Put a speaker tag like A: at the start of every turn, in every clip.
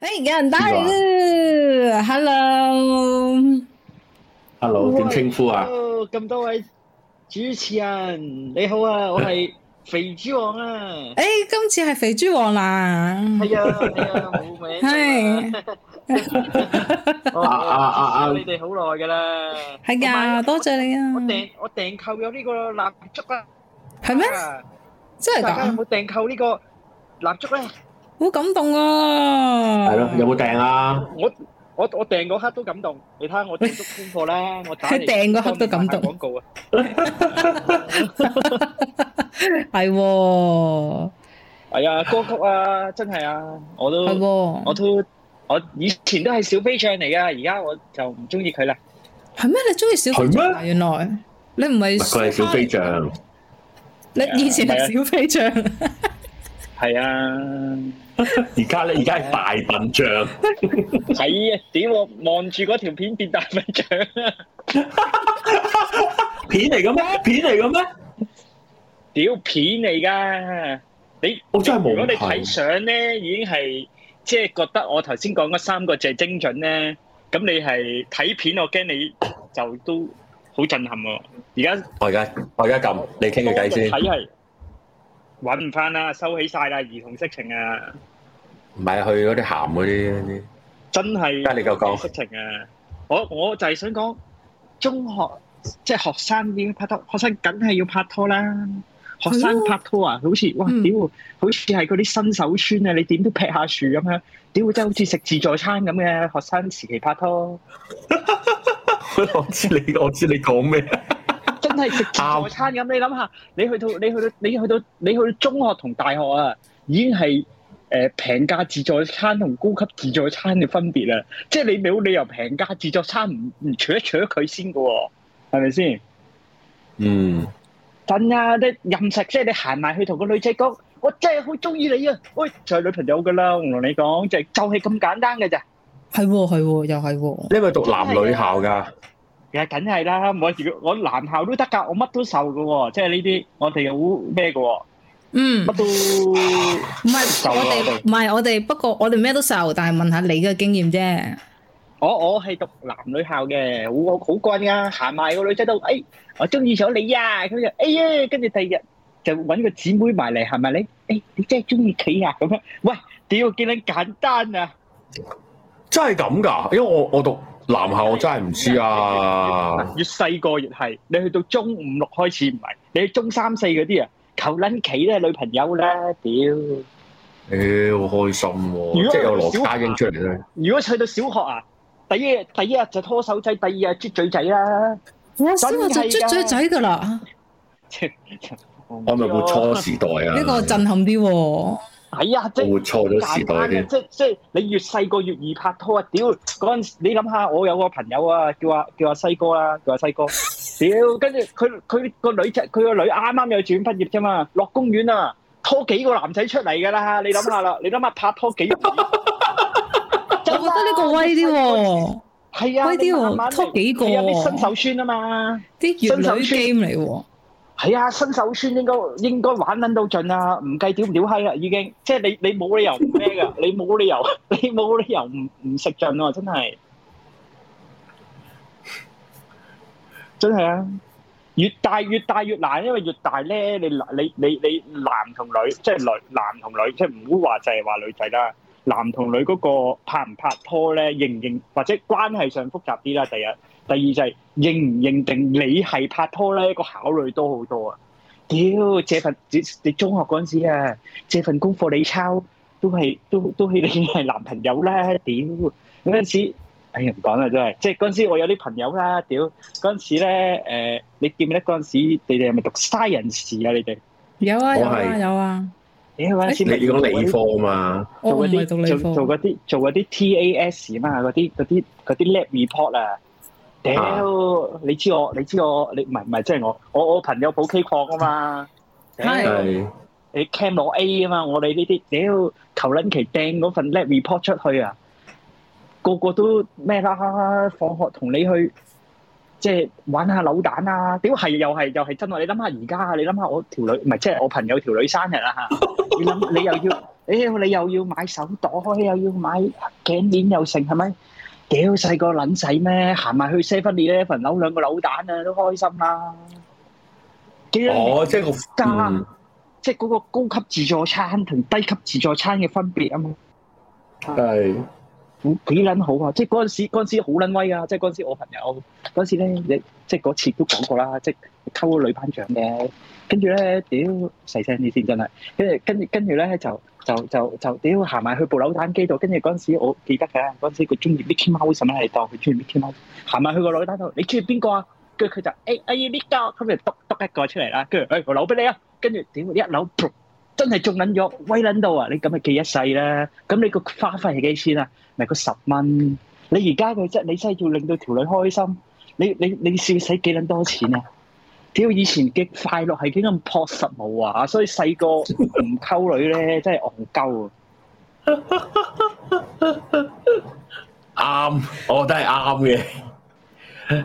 A: 哎人打嚟
B: 啊
A: 啦，Hello，
C: Hello，點稱呼啊？
B: Hello，咁多位主持人，你好啊，我係肥豬王啊
A: 誒、。哎今次係肥豬王啦，
B: 係啊，係啊，冇名。
A: 係
B: 我，我
C: 啊啊啊啊
B: 我知你哋好耐噶啦。
A: 係噶，多謝你
B: 我
A: 啊，
B: 訂我訂購咗呢個蠟燭啊。
A: 係咩？
B: À,
A: 真係
B: 大家有
A: 㗎，
B: 冇訂購呢個蠟燭咧？
A: 好感動啊！
C: 係咯，有冇訂啊？
B: 我我我訂嗰刻都感動，你睇下我做足功課啦，我打嚟
A: 佢訂嗰刻都感動
B: 幫你賣下廣告啊！
A: 係喎，
B: 係啊，歌曲啊，真係啊，我都
A: 係
B: 我
A: 喎，
B: 都我以前都係小飛唱嚟噶，而家我就唔中意佢啦。
A: 係咩？你中意小飛
C: 係
A: 象
C: 咩
A: 啊？原來你唔係
C: 佢係小飛
A: 象，
C: 象，
A: 你以前
C: 啊
A: 係小飛象，
B: 係啊，
C: 而家咧而家係大笨象，
B: 係啊，點我望住嗰條片變大笨象啊！
C: 片嚟嘅咩？片嚟嘅咩？
B: 屌片嚟噶，你
C: 我哦真係
B: 如果
C: 冇
B: 你睇
C: 睇。
B: 相咧，已經係即係覺得我頭先講嗰三個字係精準咧，咁你係睇片，我驚你就都好震撼喎。而家
C: 我而家我而家撳，你傾個偈先
B: 睇。係揾唔翻啦，收起晒啦，兒童色情啊，
C: 唔係去嗰啲鹹嗰啲嗰啲。
B: 真係。
C: 家你夠
B: 色
C: 講，
B: 情啊！我我就係想講，中學即係學生點拍拖？學生梗係要拍拖啦！學生拍拖啊，好似哇
A: 嗯
B: 屌，好似係嗰啲新手村啊！你點都劈下樹咁樣，屌真係好似食自助餐咁嘅學生時期拍拖，
C: 我知你我知你講咩。
B: 真係食自助餐咁。你諗下，你去到你去到你去到你去到中學同大學啊，已經係誒平價自助餐同高級自助餐嘅分別啦。即係你冇理由平價自助餐唔唔除一除佢先嘅喎，係咪先？
C: 嗯，
B: 真啊！你任食即係你行埋去同個女仔講，我真係好中意你啊！喂，就係女朋友噶啦，我同你講就係就係咁簡單嘅咋。
A: 係喎係喎，又係喎。
C: 你係咪讀男女校㗎？
B: 誒，梗係啦，我如果我男校都得㗎，我乜都受嘅喎，即係呢啲我哋好咩嘅喎，
A: 嗯，
B: 乜都
A: 唔係
B: 受
C: 啊
A: 我
B: 咯
A: 哋，唔係我哋，不過我哋咩都受，但係問下你嘅經驗啫。
B: 我我係讀男女校嘅，好好慣㗎，行埋個女仔都誒，我中意咗你啊，咁就哎呀，跟住第二日就揾個姊妹埋嚟行埋你，誒，你真係中意佢啊咁樣，喂，屌幾撚簡單啊！
C: 真係咁㗎，因為我我讀男校，我真係唔知啊。
B: 越細個越係，你去到中五六開始唔係，你去中三四嗰啲啊，求撚企咧女朋友啦，屌！
C: 誒，好開心
B: 如
C: 喎，
B: 果
C: 即係有羅家英出嚟咧。
B: 如果去到小學啊，第一日第一日就拖手仔，第二日啜嘴仔啦。
A: 我小學就
B: 真係
A: 捽
B: 㗎
A: 嘴仔噶啦，
C: 我咪活錯時代啊！
A: 呢個震撼啲喎。
B: 係啊，即
C: 我
B: 係
C: 活錯咗時
B: 簡
C: 代
B: 單
C: 啲。
B: 嘅，即係即係你越細個越易拍拖啊！屌嗰陣時，你諗下，我有個朋友啊，叫阿叫阿西哥啦，叫阿西 哥。屌，跟住佢佢個女仔，佢個女啱啱有轉畢業啫嘛，落公園啊，拖幾個男仔出嚟㗎啦，你諗下 啦，你諗下拍拖幾 容易？
A: 我覺得呢個威啲喎，
B: 係啊，
A: 威啲喎，
B: 你慢慢嚟
A: 拖幾個
B: 係啊，你
A: 喎
B: 新手村啊嘛，
A: 啲
B: 新手
A: 乙女 game 嚟喎。
B: 係啊，新手村應該應該玩撚到盡啊，唔計屌唔屌閪啦已經，即係你你冇理由唔咩㗎，你冇理由你冇理由唔唔食盡喎，真係真係啊！越大越大越難，因為越大咧，你你你你男同女，即係女男同女，即係唔好話就係話女仔啦。男同女嗰個拍唔拍拖咧，認唔認或者關係上複雜啲啦。第一，第二就係認唔認定你係拍拖咧，個考慮多好多啊！屌，借份你你中學嗰陣時啊，借份功課你抄都係都都係你係男朋友啦！屌嗰陣時，哎呀唔講啦，真係即係嗰陣時我有啲朋友啦，屌嗰陣時咧誒、呃你記唔記得嗰陣時你哋係咪讀 science 啊？你哋
A: 有啊有
C: 我
A: 啊
C: 係
A: 有啊，
B: 屌嗰陣時
C: 你
B: 咪
C: 你講理科啊嘛？
A: 我哦唔
B: 做嗰
A: 係讀理
B: 啲做做
A: 科，
B: 嗰啲做嗰啲 TAS 啊嘛，嗰啲嗰啲嗰啲 lab report 啊，屌！你知我你知我你唔係唔係即係我我我朋友補 K 礦啊嘛，
A: 係
B: 屌
C: 係。
B: 你 cam 攞 A 啊嘛，我哋呢啲屌求撚其掟嗰份 lab report à. 出去啊，個個都咩啦，放學同你去即係玩下扭蛋啊，屌係又係又係真喎！你諗下而家啊，你諗下我條女唔係即係我朋友條女生日啊嚇，你諗你又要屌你又要買手袋，又要買頸鏈又成，係咪？屌細個撚仔咩？行埋去 Seven Eleven 扭兩個扭蛋啊，都開心啦！幾多年
C: 哦，即係個
B: 加
C: 嗯
B: 即係嗰個高級自助餐同低級自助餐嘅分別啊嘛，
C: 嗯係
B: 好幾撚好啊！即係嗰陣時嗰陣時好撚威啊！即係嗰陣時我朋友嗰陣時咧，你即係嗰次都講過啦，即係溝咗女班長嘅，跟住咧屌細聲啲先真係，跟住跟住跟住咧就就就就屌行埋去部扭蛋機度，跟住嗰陣時我記得嘅，嗰陣時佢中意 Mickey Mouse 咁樣，你當佢中意 Mickey Mouse，行埋去個扭蛋度，你中意邊個啊？跟住佢就誒、哎我要呢、個，咁就篤篤一個出嚟啦，跟住誒我扭俾你啊！跟住屌一扭，噗真係中撚咗，威撚到啊！你咁咪記一世啦。咁你個花費係幾錢啊？咪個十蚊。你而家佢真，你真係要令到條女開心，你你你試使幾撚多錢啊？屌以前嘅快樂係幾咁樸實無華，所以細個唔溝女咧，真係戇鳩啊！
C: 啱，我覺得係啱嘅。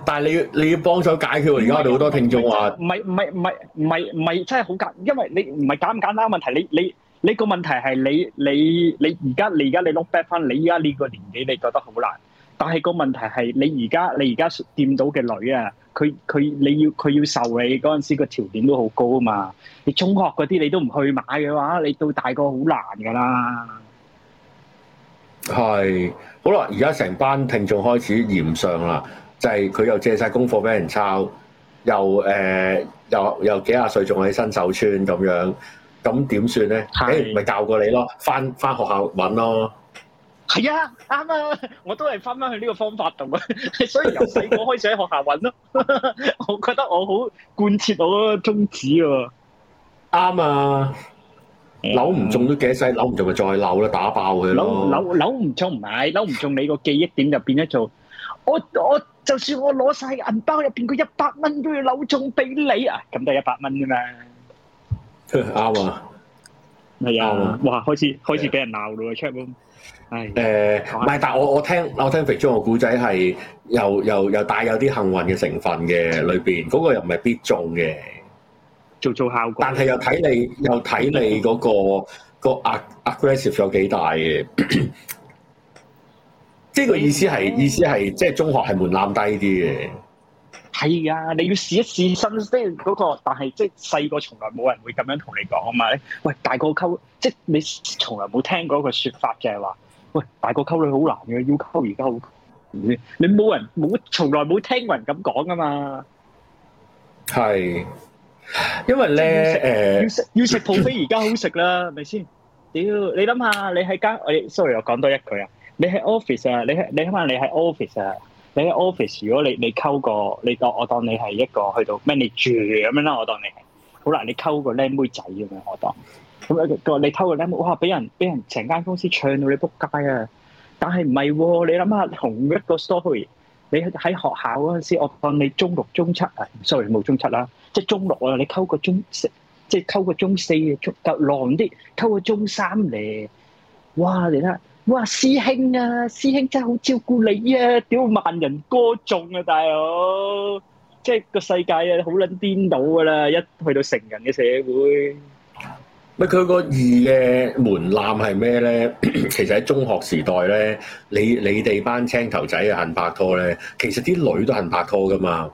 C: 但係你要你要幫手解決喎，而家我哋好多聽眾話
B: 唔係唔係唔係唔係唔係真係好簡，因為你唔係簡唔簡單嘅問題，你你你個問題係你你你而家你而家你 look back 翻，你而家呢個年紀你覺得好難，但係個問題係你而家你而家掂到嘅女啊，佢佢你要佢要受你嗰陣時個條件都好高啊嘛，你中學嗰啲你都唔去買嘅話，你到大個好難㗎啦。
C: 係好啦，而家成班聽眾開始嫌上啦，就係、佢又借晒功課俾人抄，又誒、呃又又幾廿歲仲喺新手村咁樣，咁點算咧？
B: 係
C: 誒咪教過你咯，翻翻學校揾咯。
B: 係啊，啱啊， 我都係翻翻去呢個方法度啊， 所以由細個開始喺學校揾咯。 我覺得我好貫徹我嗰個宗旨喎。
C: 啱啊！
B: 嗯
C: 扭唔中都幾細，扭唔中咪再扭啦，打爆佢
B: 扭
C: 咯。
B: 扭扭唔中唔係，扭唔中你個記憶點就變咗做我我就算我攞晒銀包入邊嗰一百蚊都要扭中俾你啊，咁都係一百蚊啫嘛。
C: 啱啊！
B: 係
C: 啱
B: 啊
C: 啊，
B: 哇，開始開始俾人鬧咯，chat room。
C: 誒，
B: 唉，
C: 唔係，但係我我聽我聽肥中個古仔係又又又帶有啲幸運嘅成分嘅裏邊，嗰、個又唔係必中嘅。
B: 做做效果。
C: 但係又睇你又睇你嗰、個、個 ag- aggressive 有幾大嘅，即係個意思係意思係即係中學係門檻低啲嘅，
B: 係啊，你要試一試新，即係嗰個，但係即係細個從來冇人會咁樣同你講啊嘛。喂，大個溝，即係你從來冇聽過一個説法就係話，喂，大個溝女好難嘅，要溝而家好。你你冇人冇，從來冇聽過人咁講啊嘛。
C: 係因為咧
B: 要食要食 buffet 而家好食啦，係咪先？屌，你諗下，你喺間，我 sorry，我講多一句啊，你喺 office 啊，你喺你諗下，你喺 office 啊，你喺 office，如果你你溝個，你當我當你係一個去到 manager 咁樣啦，我當你係，好啦，你溝個靚妹仔咁樣，我當，咁個你溝個靚妹，哇，俾人俾人成間公司唱到你仆街啊！但係唔係喎，你諗下同一個 story，你喺學校嗰陣時，我當你中六、中七啊，sorry 冇中七啦，即係中六啊，你溝個中四，即係溝個中四啊，足夠狼啲，溝個中三咧，哇你啦，哇師兄啊，師兄真係好照顧你啊，屌萬人歌頌啊大佬，即係個世界啊好撚顛倒㗎啦，一去到成人嘅社會，
C: 咪佢個二嘅門檻係咩咧？ 其實喺中學時代咧，你你哋班青頭仔啊恨拍拖咧，其實啲女都恨拍拖噶嘛。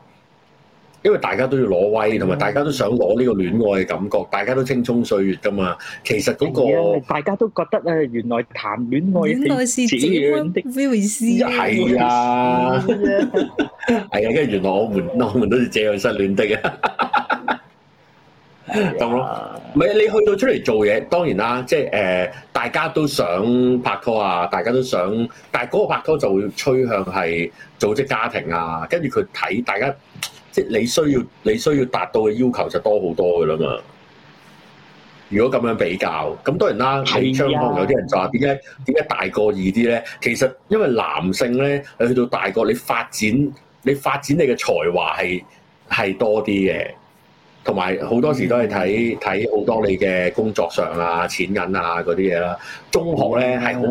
C: 因為大家都要攞威，
B: 嗯
C: 同埋大家都想攞呢個戀愛嘅感覺，大家都青蔥歲月噶嘛。其實嗰、個
B: 係啊大家都覺得啊原來談戀愛
A: 戀愛是這樣的，咩回事啊？
C: 係啊，
B: 嗯
C: 係啊，跟住原來我們我們都是這樣失戀的啊，咁咯。
B: 咯。
C: 唔係你去到出嚟做嘢，當然啦，即係誒、呃大家都想拍拖啊，大家都想，但係嗰個拍拖就會趨向係組織家庭啊，跟住佢睇大家，即係你需要 你需要達到嘅要求就多好多㗎啦嘛。如果咁樣比較，咁當然啦，你
B: 係啊
C: 張康有啲人就話點解點解大個易啲咧？其實因為男性咧，你去到大個，你發展你發展你嘅才華係係多啲嘅，同埋好多時都係
B: 嗯
C: 睇睇好多你嘅工作上啊、錢銀啊嗰啲嘢啦。中學咧係
B: 嗯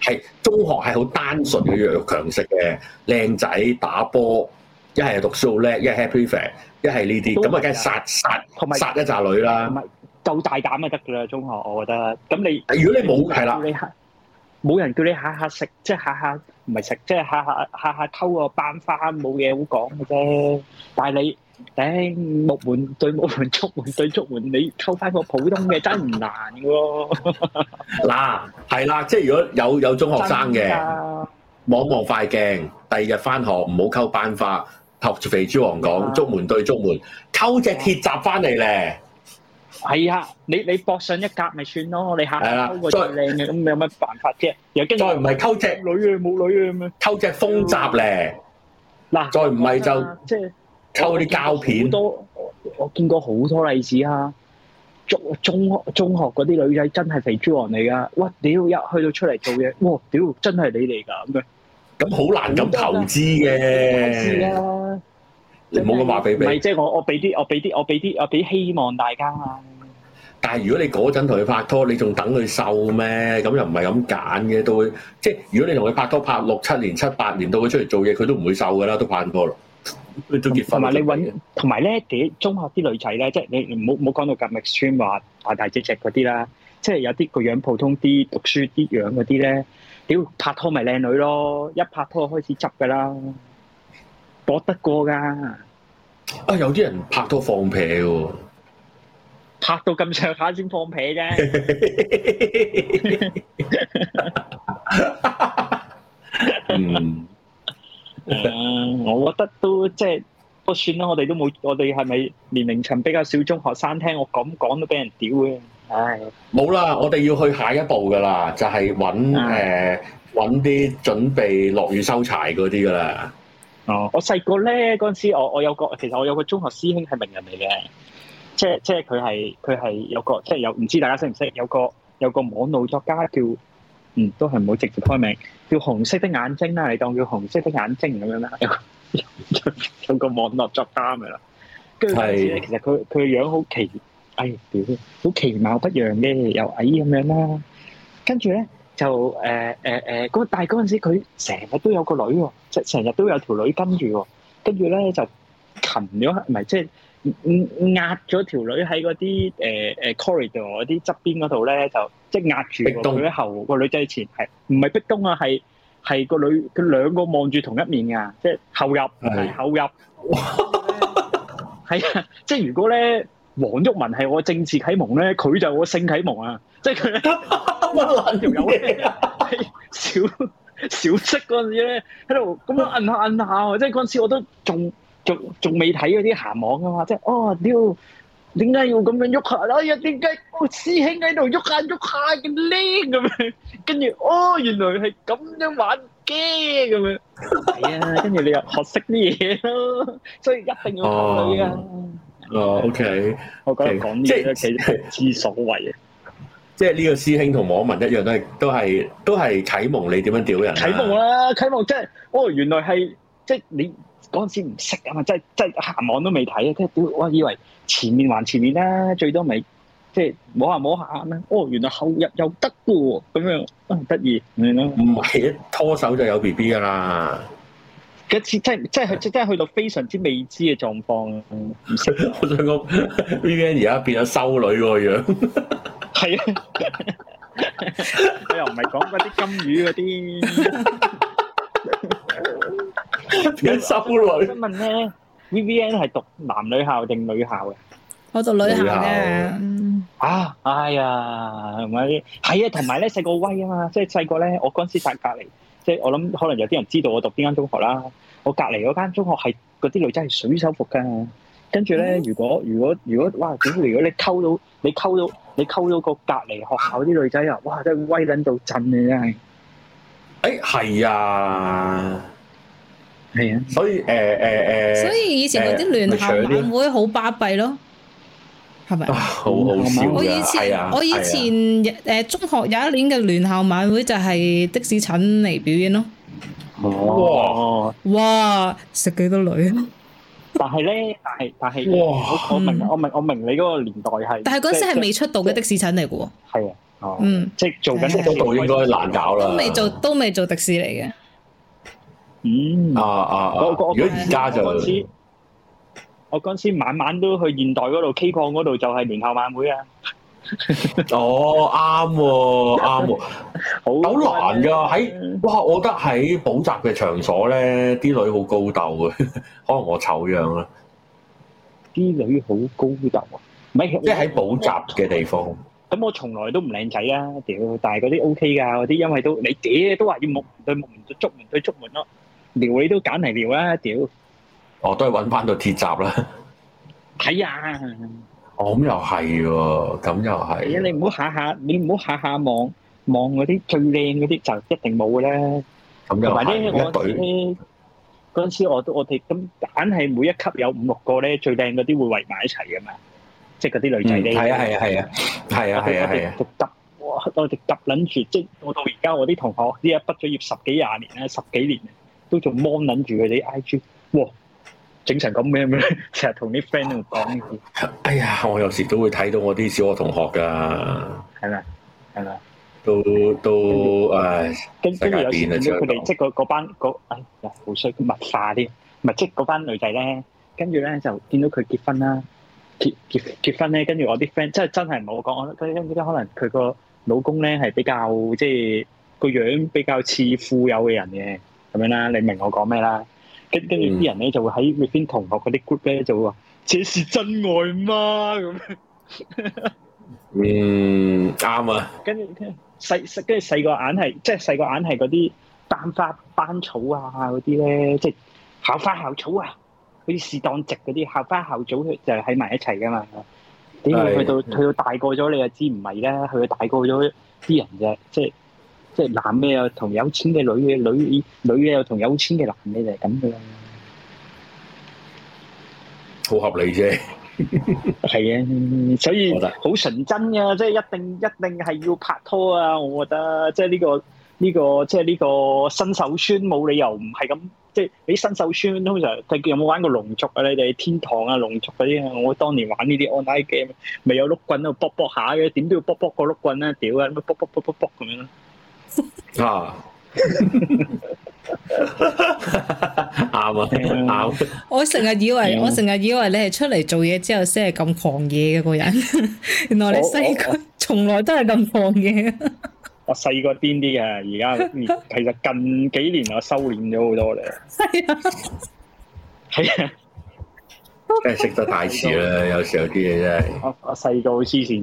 C: 好係中學係好單純嘅弱肉強食嘅，靚仔打波，一
B: 啊
C: 係讀書好叻，一係 happy fair，一係呢啲，咁啊梗係殺殺
B: 同埋
C: 殺一紮女啦
B: 同。埋夠大膽就得㗎啦，中學我覺得。咁你
C: 如果你冇係啦，
B: 你下冇人叫你下下食，即係下下唔係食，即係下下下下溝個班花，冇嘢好講嘅啫。但係你頂木門對木門，竹門對竹門，你溝翻個普通嘅真唔難嘅喎。
C: 嗱係啦，即係如果有有中學生
B: 真
C: 嘅
B: 㗎
C: 望望塊鏡，第二日翻學唔好溝班花，學肥豬王講
B: 啊
C: 竹門對竹門，溝隻鐵閘翻嚟咧。
B: 係啊，你你搏上一格咪算咯，你下
C: 係
B: 下
C: 啦
B: 溝個最靚嘅，咁有乜辦法啫？又跟住
C: 再唔係溝隻
B: 冇女啊，冇女啊咁樣。
C: 溝隻風閘咧，
B: 嗱，
C: 再唔係就
B: 即係。
C: 溝啲膠
B: 好
C: 片。
B: 多啊我我見過好多例子啊！中中學中學嗰啲女仔真係肥豬王嚟噶，哇屌！一去到出嚟做嘢，哇屌！真係你嚟㗎咁樣，
C: 咁好難咁投資嘅，
B: 啦！
C: 你冇咁話俾
B: 唔係
C: 俾。
B: 即係我我俾啲我俾啲我俾啲我俾希望大家啊！
C: 但係如果你嗰陣同佢拍拖，你仲等佢瘦咩？咁又唔係咁揀嘅，到佢即係如果你同佢拍拖拍六七年、七八年，到佢出嚟做嘢，佢都唔會瘦噶啦，都拍緊拖啦，都結
B: 同
C: 婚啦。
B: 埋你
C: 準
B: 揾
C: 備，
B: 同埋咧，啲中學啲女仔咧，即係你唔好唔好講到咁 extreme 話大大隻隻嗰啲啦，即係有啲個樣普通啲、讀書啲樣嗰啲咧，屌拍拖咪靚女咯，一拍拖就開始執噶啦，搏得過㗎，
C: 啊！ 有啲人拍拖放屁 喎，
B: 拍到咁上下先放屁啫，
C: 嗯，
B: 嗯我覺得都即係。不過算啦，我哋都冇，我哋係咪年齡層比較少中學生聽我咁講都俾人屌嘅？唉，
C: 冇啦，我哋要去下一步噶啦，就係揾
B: 啊
C: 誒揾啲準備落雨收柴嗰啲噶啦。
B: 哦，我細個咧嗰陣時，我我有個其實我有個中學師兄係名人嚟嘅，即係即係佢係佢係有個即係有唔知大家識唔識有個有個網路作家叫嗯都係唔好直接開名，叫紅色的眼睛啦，你當叫紅色的眼睛咁樣啦，有 個有有個網絡作家咁樣啦，跟住嗰陣時咧，其實佢佢個樣好奇，哎屌，好其貌不揚嘅，又矮咁樣啦，跟住咧。就呃誒誒誒，嗰但係嗰陣時佢成日都有個女喎，即係成日都有條女跟住喎，跟住咧就擒咗，唔係即係嗯壓咗條女喺嗰啲誒誒 corridor 嗰啲側邊嗰度咧，就即係壓住
C: 壁
B: 喎
C: 咚
B: 佢喺後個女仔前係唔係壁咚啊？係係個女佢兩個望住同一面㗎，即係後入係後入。係啊，即係如果咧，黃毓民係我政治啟蒙咧，佢就係我性啟蒙啊！即係佢咧，
C: 乜
B: 條友咧，係小 小息嗰陣時咧，喺度咁樣摁下摁下喎，即係嗰陣時我都仲仲仲未睇嗰啲鹹網噶嘛，即係哦屌！點解要咁樣喐下？哎呀，點解個師兄喺度喐下喐下嘅咧？咁樣跟住，哦，原來係咁樣玩嘅咁樣。係啊，跟住你又學識啲嘢咯，所以一定要溝女啊！
C: 哦，OK，
B: 我覺得講呢啲其實知所謂嘅。
C: 即係呢個師兄同網民一樣，都係都係都係啟蒙你點樣屌人、啊。
B: 啟蒙啦，啟蒙即係哦，原來係即係你嗰陣時唔識啊嘛，即係即係鹹網都未睇啊，即係屌我以為前面還前面啦，最多咪即係摸下摸下咁樣。哦，原來後入又得嘅喎，咁樣啊得意咁樣咯。
C: 唔係拖手就有 B B 噶啦。
B: 嗰次真係真係真係去到非常之未知嘅狀況啊，唔識
C: 我想講 Vivian 而家變咗修女個 樣，
B: 係啊！我又唔係講嗰啲金魚嗰啲。
C: 變咗修
B: 我
C: 女。
B: 想問咧，VVN 係讀男女校定女校啊嘅？
A: 我讀女校
C: 女校
A: 嘅，嗯
B: 啊，哎呀，係咪？係啊，同埋咧細個威啊嘛， 即係細個咧，我嗰陣時隔隔離，即係我諗可能有啲人知道我讀邊間中學啦。我隔離嗰間中學係嗰啲女仔係水手服㗎，跟住
C: 嗯
B: 咧，如果如果如果哇，屌！如果你溝到你溝到你溝到個隔離學校啲女仔啊，哇！真係威撚到震啊，真係。
C: 誒哎係啊，
B: 係啊，
C: 所以誒誒
A: 所
C: 誒，
A: 以以前嗰啲聯校晚會好巴閉咯，係咪
C: 啊？好好笑㗎
A: 我以
C: 係
A: 前
C: 啊，
A: 我以
C: 係啊
A: 前誒中學有一年嘅聯校晚會就係的士陳嚟表演咯，
B: 哦，
A: 哇！食幾多女？啊
B: 但係咧，但係但係，
C: 哇
B: 我我明
A: 嗯
B: 我明我明你嗰個年代係，
A: 但係嗰陣時係
B: 即
A: 未出道嘅的士陳嚟嘅喎，
B: 係啊，哦，
A: 嗯，
B: 即係做緊
A: 係
C: 嗰度應該難搞啦。
A: 都未做都未做的士嚟嘅，
B: 嗯
C: 啊啊啊！
B: 我我
C: 如果而家就
B: 嗰陣時我嗰陣時晚晚都去現代嗰度 K 礦嗰度就係聯校晚會啊，
C: 哦，啱喎，啱 喎，
B: 好
C: 好難㗎喺哇！我覺得喺補習嘅場所咧，啲女好高鬥嘅， 可能我醜樣啦，
B: 啲女好高竇啊，唔係
C: 即係喺補習嘅地方，
B: 咁我從來都唔靚仔啦，屌！但係嗰啲 O K 㗎，嗰啲因為都你屌都話要木門對木門對竹門對竹門咯，撩你都揀嚟撩啦，屌！
C: 我都係揾翻到鐵閘啦。
B: 係啊，
C: 哦，咁又係喎，咁又
B: 係啊，你
C: 係。
B: 唔好下下你唔好下下望望嗰啲最靚嗰啲就一定冇㗎啦。
C: 咁又
B: 同埋
C: 係
B: 咧，我
C: 一
B: 嗰陣時
C: 隊
B: 咧嗰陣時我都我哋咁硬係每一級有五六個咧最靚嗰啲會圍埋一齊㗎嘛，即係嗰啲女仔
C: 嗯
B: 咧。
C: 係啊係啊係啊係啊係啊係啊，
B: 我哋揼哇！我哋揼撚住，即係我到而家我啲同學呢一畢咗業十幾廿年咧，十幾年都仲 mon 撚住佢哋 IG，哇！整成咁 嘅咩？成日同啲 friend 喺度講呢啲，
C: 哎呀，我有時都會睇到我啲小學同學噶，
B: 係咪？係咪？
C: 都都唉，
B: 跟跟住有時見到
C: 世界
B: 佢
C: 變啊
B: 哋
C: 啦
B: 即係嗰嗰班嗰哎呀好衰，物化啲，唔係即係嗰班女仔咧，跟住咧就見到佢結婚啦，結結結婚咧，跟住我啲 friend 真係真係唔好講，我跟跟住可能佢個老公咧係比較即係個樣比較似富有嘅人嘅咁樣啦，你明我講咩啦？跟跟住
C: 嗯
B: 啲人咧就會喺 within 同學嗰啲 group 咧就會話：這是真愛嗎？咁。
C: 嗯啱啊，
B: 跟住跟住細細跟住細個眼係，即係細個眼係嗰啲班花班草啊嗰啲咧，即係校花校草啊，好似是當值嗰啲校花校草就喺埋一齊噶嘛。點解
C: 係
B: 去到去到大個咗你就知唔係啦？去到大個咗啲人就係即係即係男嘅又同有錢嘅女嘅女女嘅又同有錢嘅男嘅就係咁嘅啦。
C: 好合理啫，
B: 係啊，所以
C: 我覺得
B: 好純真嘅，即係一定一定係要拍拖啊！我覺得即係呢個呢個即係呢個新手村冇理由唔係咁，即係你新手村通常你有冇玩過龍族啊？你哋天堂啊、龍族嗰啲啊，我當年玩呢啲 online game 咪有碌棍喺度卜卜下嘅，點都要卜卜個碌棍啦，屌啊，咁卜卜卜卜卜咁樣咯。
C: 啊， 啱啊啱，
A: 我成日以為
B: 嗯
A: 我成日以為你係出嚟做嘢之後先係咁狂野嘅個人， 原來你
B: 我
A: 細
B: 我
A: 個從來都係咁狂野。
B: 我細個癲啲嘅，而家其實近幾年我收斂咗好多咧。
A: 係 啊，
B: 係啊。
C: 真係識得太遲 啦，有時候啲嘢真係。
B: 我我細個好黐線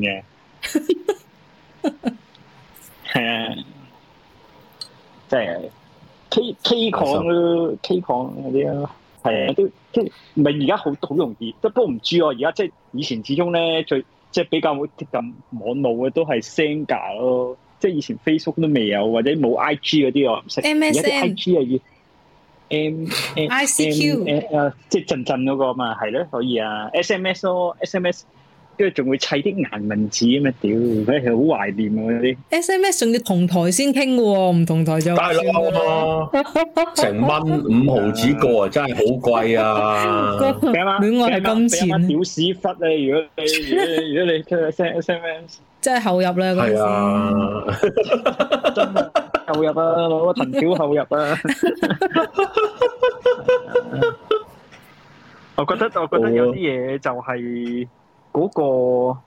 B: 嘅，係啊，即係 K K 礦咯，K 礦嗰啲咯，係啊，都即係唔係而家好好容易，不過唔知我而家即係以前始終咧最即係比較貼近網路嘅都係 Senga 咯，即係以前 Facebook 都未有或者冇 IG 嗰啲我唔識
A: MSN
B: 而家啲 IG 啊要 M M-
A: ICQ
B: M- M- 啊即係陣陣嗰個嘛，係咯，可以啊，SMS 咯，SMS。跟住仲會砌啲顏文字咁啊！屌，佢係好懷念啊嗰啲。
A: SMS 仲要同台先傾嘅喎，唔同台就
C: 大佬啊，成蚊五毫子個啊，真係好 貴啊！
A: Ờ,
B: 俾阿媽
A: 戀愛係金錢
B: 俾阿媽屌屎忽啊！如果你如果你如果你佢 send SMS，
A: 真係後入啦嗰陣
C: 係
A: 時。
C: 啊，
B: 真係後入啊，攞個藤條後入啊！我覺得我覺得有啲嘢就係嗰個。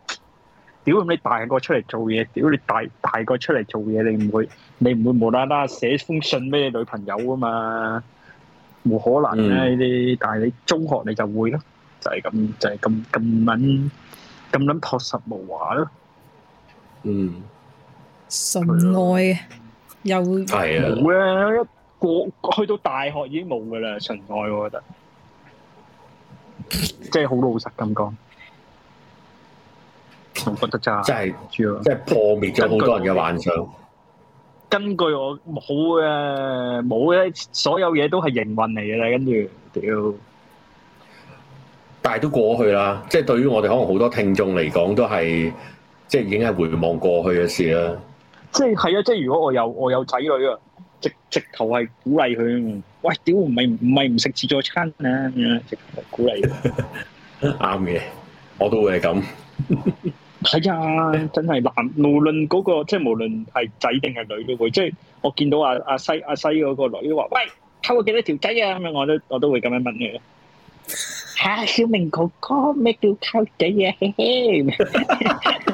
B: 屌咁你大個出嚟做嘢，屌你大大個出嚟做嘢，你唔會你唔會無啦啦寫封信俾你女朋友啊嘛，冇可能啦呢啲。但係你中學你就會咯，就係咁就係咁咁撚咁撚樸實無華咯。
C: 嗯，
A: 純愛嘅，又
C: 係啊。
B: 冇啊，一過去到大學已經冇噶啦，純愛我覺得，即係好老實咁講，我覺得咋，
C: 真係
B: 主要
C: 真係破滅咗好多人嘅幻想。
B: 根據我冇嘅冇咧，所有嘢都係營運嚟嘅啦，跟住屌。
C: 但係都過去啦，即係對於我哋可能好多聽眾嚟講，都係即係已經係回望過去嘅事啦。
B: 即係係啊！即係如果我有我有仔女啊，直直頭係鼓勵佢。喂，屌唔係唔係唔食自助餐啊！咁樣直頭係鼓勵佢。
C: 啱嘅，我都會係咁。
B: 係啊，真係男，無論嗰、個即係無論係仔定係女都會。即係我見到阿、阿西阿西嗰個女話：喂，溝過幾多條仔啊？咁樣我都我都會咁樣問佢。吓小明哥哥咩叫溝仔啊？嘿嘿，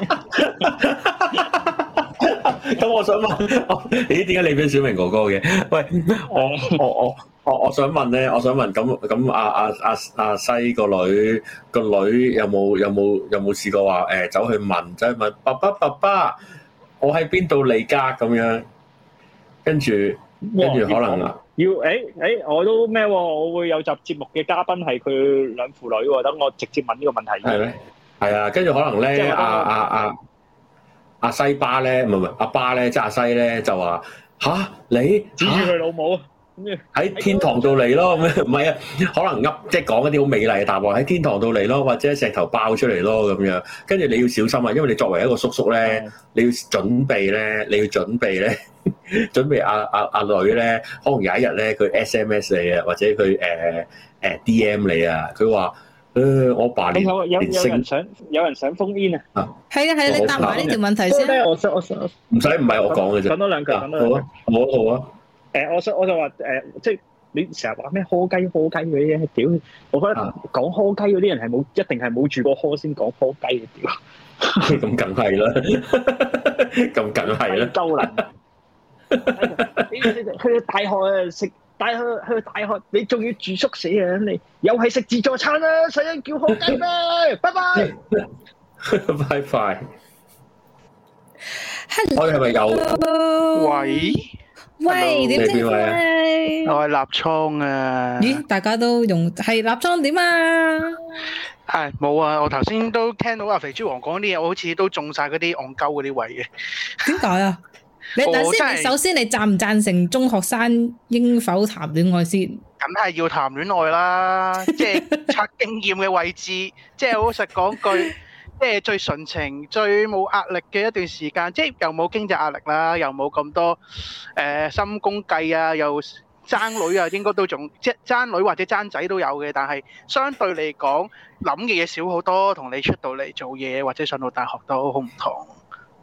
C: 咁我想問，我咦？點解你俾小明哥哥嘅？喂，我我我我我想問咧，我想問咁咁阿阿阿阿西個女個女有冇有冇有冇試過話誒、呃走去問走去問爸爸爸爸，我喺邊度嚟㗎咁樣？跟住跟住可能啊，
B: 要誒誒，我都咩喎？我會有集節目嘅嘉賓係佢兩父女喎，等我直接問呢個問題。
C: 係咩？係啊，跟住可能
B: 即
C: 咧，
B: 係
C: 阿阿阿阿西巴咧，唔係唔係阿巴咧，即係阿西咧就話吓你
B: 指住
C: 吓
B: 佢老母，
C: 喺天堂度嚟咯，咁樣唔係啊，可能噏即係講一啲好美麗嘅答案喺天堂度嚟咯，或者石頭爆出嚟咯咁樣，跟住你要小心啊，因為你作為一個叔叔咧，你要準備咧，你要準備咧， 準備阿阿阿女咧，可能有一日咧佢 SMS 你啊，或者佢誒誒 DM 你啊，佢話誒我爸
B: 你
C: 連
B: 有有
C: 連
B: 有
C: 性
B: 人想有人想封煙啊？
A: 係啊係啊，你答埋呢條問題先啊。
B: 我想我想
C: 唔使唔係我講嘅啫
B: 講，多兩句，講多兩
C: 好
B: 句。
C: 啊好啊 好啊。
B: 誒、我想我就話誒、即係你成日話咩呵雞呵雞嗰啲咧，屌！我覺得
C: 啊
B: 講呵雞嗰啲人係冇一定係冇住過呵先講呵雞嘅，屌！
C: 咁梗係啦， 咁梗係 啦，
B: 鳩啦！哎你你你去到大學啊食，大去去到大學，你仲要住宿舍啊！你又係食自助餐啦、使緊叫呵雞咩？拜拜！
C: 拜拜。我哋係咪有？
D: 喂，
A: 喂，點稱呼
B: 啊
A: 啊咧？
D: 我係立倉啊。
A: 咦，大家都用係立裝點 啊？
D: 係冇啊！我頭先都聽到阿肥豬王講啲嘢，我好似都中晒嗰啲戇鳩嗰啲位嘅。
A: 點解啊？你
D: 我
A: 等
D: 真
A: 先，
D: 係
A: 你首先你贊唔贊成中學生應否談戀愛先？
D: 梗係要談戀愛啦，即係刷經驗嘅位置，即係好實講句， 即係最純情、最冇壓力嘅一段時間，即係又冇經濟壓力啦，又冇咁多誒、呃心公計啊，又爭女啊，應該都仲即係爭女或者爭仔都有嘅，但係相對嚟講諗嘅嘢少好多，同你出到嚟做嘢或者上到大學都好唔同。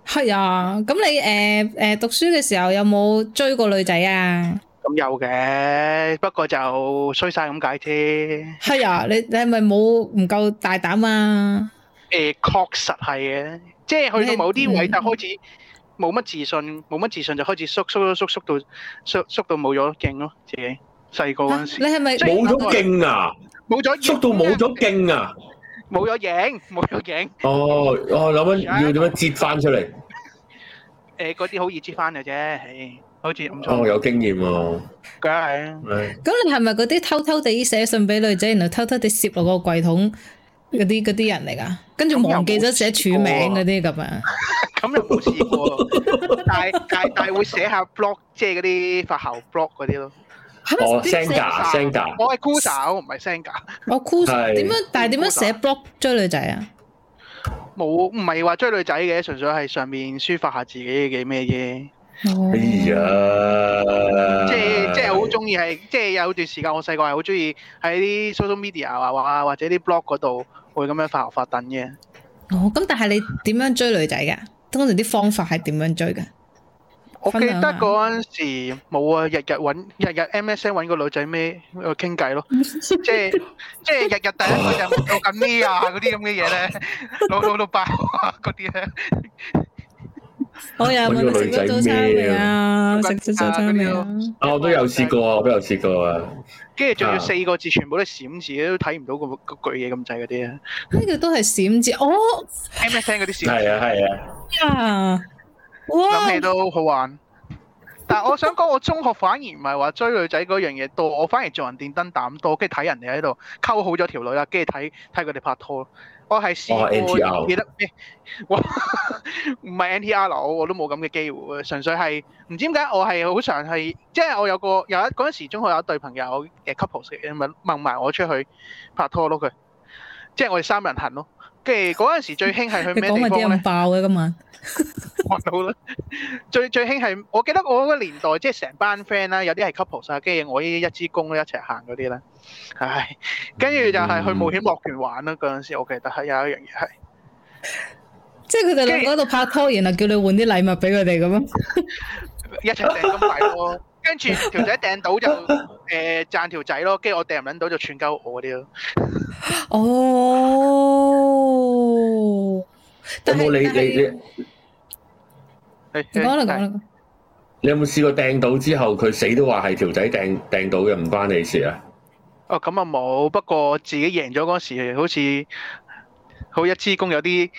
A: 係啊，咁你誒誒讀書嘅時候有冇追過女仔啊？
D: 咁有嘅，不過就衰晒咁解啫。
A: 係啊，你你係咪冇唔夠大膽啊？
D: 誒、確實係嘅，即係去到某啲位
A: 嗯
D: 就開始
C: 嗯
D: 冇乜自信，冇乜自信就開始縮縮縮縮縮到縮縮到冇咗勁咯，自己細個嗰
A: 嚇
D: 陣
A: 你
D: 時
A: 係咪
D: 啊即係
C: 冇咗勁啊，
D: 冇咗
C: 縮到冇咗勁啊！
D: 冇咗影冇咗影
C: 哦，我諗緊要點樣接翻出嚟？
D: 誒嗰啲好易知翻嘅啫，唉，好似唔
C: 哦，
D: 錯，
C: 有經驗喎、哎
D: 梗係啊
C: 唉
A: 咁你係咪嗰啲偷偷地寫信俾女仔，然後偷偷地攝落個櫃桶嗰啲嗰啲人嚟噶？跟住忘記咗寫署名嗰啲咁啊？
D: 咁又冇 試過，但係但係但係會寫下 blog，即係嗰啲發姣 blog 嗰啲咯。
A: 係咪
C: 哦
A: 點寫
C: Senga 啊 Senga
D: 我係 c u s a 我唔係 Senga，
A: 我 cool
C: 係
A: 點樣？但係點樣寫 blog 追女仔啊？
D: 冇唔係話追女仔嘅，純粹係上面抒發下自己嘅咩嘢。
A: 哦
C: 哎呀，
D: 即係即係好中意係，即係有段時間我細個係好中意喺啲 social media 啊或或者啲 blog 嗰度會咁樣發牛發等嘅。
A: 哦，咁但係你點樣追女仔噶？通常啲方法係點樣追噶？
D: 我記
A: 分享
D: 得
A: 下
D: 嗰陣時冇啊，日日揾日日 MSN 揾個女仔咩呃傾 偈咯，即係即係日日第一個就做緊咩啊嗰啲咁嘅嘢咧，老老到爆啊嗰啲咧，
A: 我又問佢食咗早餐未啊？食咗早餐未啊？
C: 啊，我都有試過啊，我都有試過啊。
D: 跟住仲
C: 啊
D: 要四個字全部都閃字都睇唔到個個句嘢咁滯嗰啲啊
A: 呢個都係閃字哦
D: ，MSN 嗰啲閃字
C: 係啊，係啊，
A: 呀！哇
D: 諗起，都好玩。但係我想講，我中學反而唔係話追女仔嗰樣嘢多，我反而做人電燈膽多，跟住睇人哋喺度溝好咗條女啦，跟住睇睇佢哋拍拖。我係試
C: 哦
D: 過，
C: NTR
D: 唔記得 咩？哇，唔係 NTR 啦，我我都冇咁嘅機會，純粹係唔知點解我係好常係，即係我有個有一嗰陣時中學有一對朋友嘅 couple 嘅，咪問埋我出去拍拖咯佢，即係我哋三人行咯。跟住嗰陣時最興係去
A: 你
D: 咩
A: 講埋
D: 地
A: 啲
D: 方咧
A: 咁？爆嘅今晚。
D: 揾到啦。最最興係，我記得我嗰個年代，即係成班 friend 啦，有啲係 couple 啊，跟住我呢一支公咧一齊行嗰啲啦。唉，跟住就係去冒險樂園玩啦。嗰陣時我記得係有一樣嘢係，
A: 即係佢哋兩個喺度拍拖，然後叫你換啲禮物俾佢哋咁樣。
D: 一齊掟金幣咯。跟住條仔掟到就誒讚條仔咯，跟住我掟唔撚到就串鳩我嗰啲咯。
A: 哦，
C: 有
A: 但係
C: 冇你你你
D: 係
A: 你講啦
D: 係
A: 講啦，
C: 你有冇試過掟到之後佢死都話係條仔掟掟到嘅，唔關你事啊？
D: 哦，咁啊冇，不過自己贏咗嗰時，好似好一支公有啲，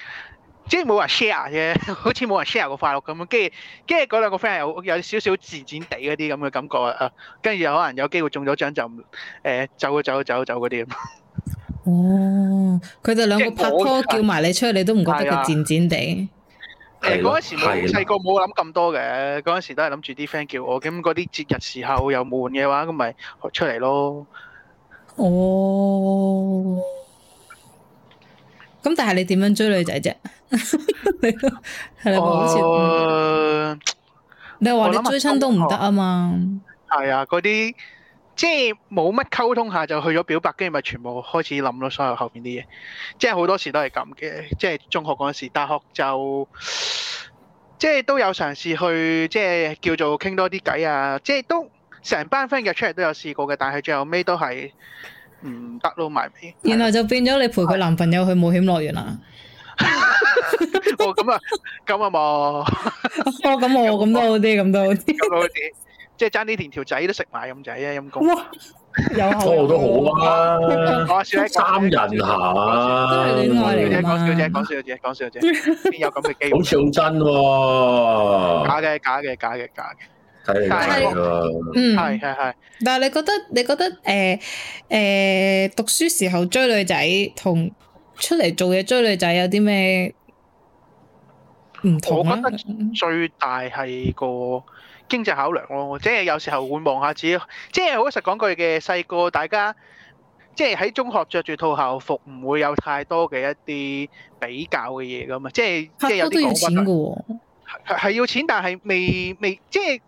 D: 即係冇人 share 啫， 好似冇人 share 個快樂咁樣。跟住跟住嗰兩個 friend 有有少少自賤地嗰啲咁嘅感覺啊，跟住又可能有機會中咗獎就唔誒走啊走啊走啊走嗰啲咁。
A: 哦，佢哋兩個
D: 即係
A: 拍
D: 我
A: 拖叫埋你出去，你都唔覺得
D: 係啊
A: 佢賤賤地？
D: 誒
C: 係
D: 嗰
C: 咯
D: 陣時冇
C: 係咯
D: 細個冇諗咁多嘅，嗰陣時都係諗住啲 friend 叫我，咁嗰啲節日時候又悶嘅話，咁咪出嚟咯。
A: 哦，咁但係你點樣追女仔 啫？你都係啦，好似
D: 哦
A: 你話
D: 我
A: 你
D: 諗下
A: 追親都唔得啊嘛？
D: 係啊，嗰啲即係冇乜溝通下就去咗表白，跟住咪全部開始諗咯，所有後邊啲嘢，即係好多時都係咁嘅。即係中學嗰陣時，大學就即係都有嘗試去即係叫做傾多啲偈啊，即係都成班 friend 嘅出嚟都有試過嘅，但係最後尾都係唔得咯，埋 尾。
A: 然後就變咗你陪佢男朋友去冒險樂園啊啦。
D: 哦咁啊，咁啊冇，
A: 哦，咁我咁都好啲，咁都好啲。
D: 咁好似即係爭啲連條仔都食埋咁滯啊，陰公。
A: 哇，有口
C: 拖
D: 哦
C: 都好啊，
D: 我小姐
C: 三人行，啊
A: 係戀愛
D: 小姐
A: 嚟㗎
D: 講
A: 嘛
D: 小姐講小姐講小姐，邊有咁嘅機會
C: 好？似好真喎，
D: 假嘅假嘅假嘅假嘅，
C: 睇你
D: 但
A: 啊係
C: 睇喎，
A: 嗯，
D: 係係係，
A: 但係你覺得你覺得誒誒讀書時候追女仔同出嚟做嘢追女仔有啲咩唔同啊
D: 我覺？得最大係個經濟考量咯，即係有時候會望下自己，即係好實講句嘅，細個大家即係喺中學着住套校服，唔會有太多嘅一啲比較嘅嘢噶嘛，即係即係
A: 拍
D: 有
A: 拖都
D: 啲
A: 要
D: 講
A: 錢
D: 法
A: 嘅喎，
D: 係係要錢，但係未未即係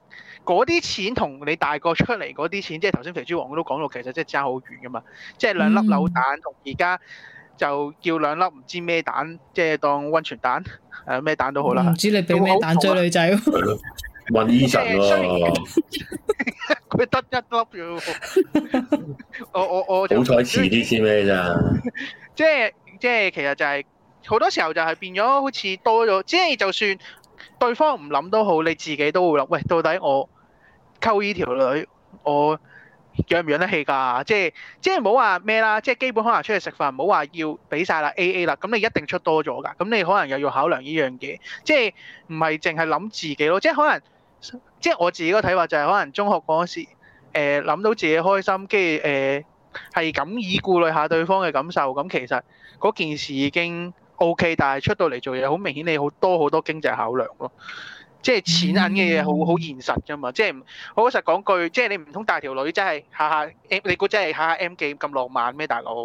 D: 嗰啲錢同你大個出嚟嗰啲錢，即係頭先肥豬王都講到，其實即係爭好遠噶嘛。即係兩粒
A: 嗯
D: 扭蛋同而家就叫兩粒唔知咩蛋，即係當温泉蛋誒咩蛋都好啊啦
A: 嗯唔。知你俾咩蛋追女 仔？
C: 問 Eason 喎，
D: 佢得一粒啫喎 我我我就
C: 好彩遲啲先咩咋？
D: 即係即係其實就係、好多時候就係變咗好似多咗，即係就算對方唔諗都好，你自己都會諗，喂，到底我溝呢條女，我養唔養得起㗎？即係即係唔好話咩啦，即係基本可能出去食飯，唔好話要俾晒啦 A A 啦，咁你一定出多咗㗎，咁你可能又要考量呢樣嘢，即係唔係淨係諗自己咯，即係可能即係我自己個睇法就係、可能中學嗰陣時，誒、諗到自己開心，跟住誒。係咁以顧慮下對方嘅感受，咁其實嗰件事已經 O K，但係出到嚟做嘢，好明顯你好多好多經濟考量咯。即係錢銀嘅嘢好好現實㗎嘛，即係唔好實講句，即係你唔通帶條女真係下下 M，你估真係下下 M 記咁浪漫咩，大佬？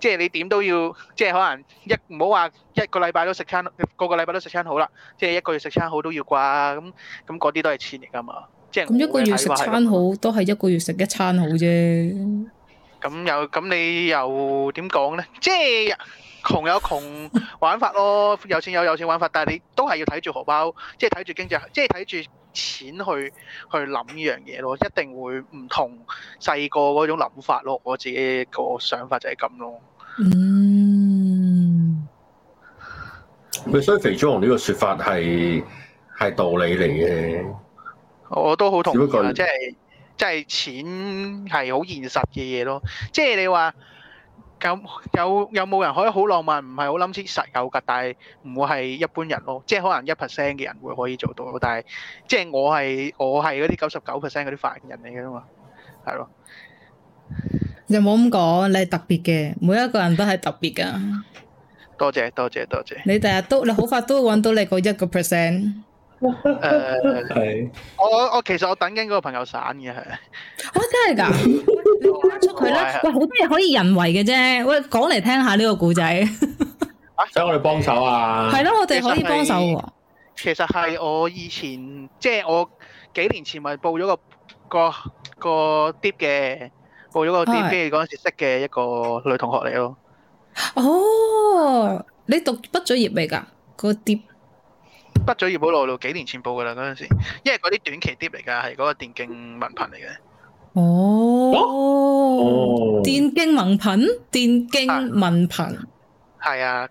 D: 即係你點都要，即係可能一唔好話一個禮拜都食餐，個個禮拜都食餐好啦，即係一個月食餐好都要啩，咁咁嗰啲都係錢嚟㗎嘛。即係
A: 咁一
D: 我
A: 個
D: 嘅
A: 月
D: 睇
A: 食
D: 法係咁
A: 餐好都係一個月食一餐好啫。
D: 咁又咁你又點講咧？即係窮有 窮玩法咯，有錢有有錢玩法，但係你都係要睇住荷包，即係睇住經濟，即係睇住錢去去諗呢樣嘢咯，一定會唔同細個嗰種諗法咯。我自己個想法就係咁咯。
A: 嗯，
C: 喂所以肥豬王呢個説法係係道理嚟嘅。
D: 我都好同意
C: 只不過
D: 啊，即係即係錢係好現實嘅嘢咯。即係你話有有有冇人可以好浪漫？唔係好諗錢實有㗎，但係唔會係一般人咯。即係可能一 percent 嘅人會可以做到，但係即係我係我係嗰啲九十九 percent 嗰啲凡人嚟嘅嘛，係咯。
A: 又冇咁講，你係特別嘅，每一個人都係特別噶。
D: 多謝多謝 多謝。
A: 你第日都你好快都會揾到你個一個 percent。
D: 誒、
C: 係
D: 我我我其實我等緊嗰個朋友散嘅係。
A: 哦，真係㗎！ 你講出佢
D: 啊
A: 啦，喂，好多嘢可以人為嘅啫。喂，講嚟聽下呢個故仔，係
C: 使我哋幫手啊！
A: 咯，我哋可以幫手喎。
D: 其實係我以前即係我幾年前咪報咗個個個碟嘅，報咗個碟，
A: 係
D: 跟住嗰陣時識嘅一個女同學嚟咯。
A: 哦，你讀畢咗業未㗎？個碟
D: 畢咗業好耐咯，幾年前報噶啦嗰陣時，因為嗰啲短期 d 嚟㗎，係嗰個電競文憑嚟嘅。
A: 哦，
C: 哦，
A: 電競文憑，電
D: 啊
A: 競文憑，
D: 係啊，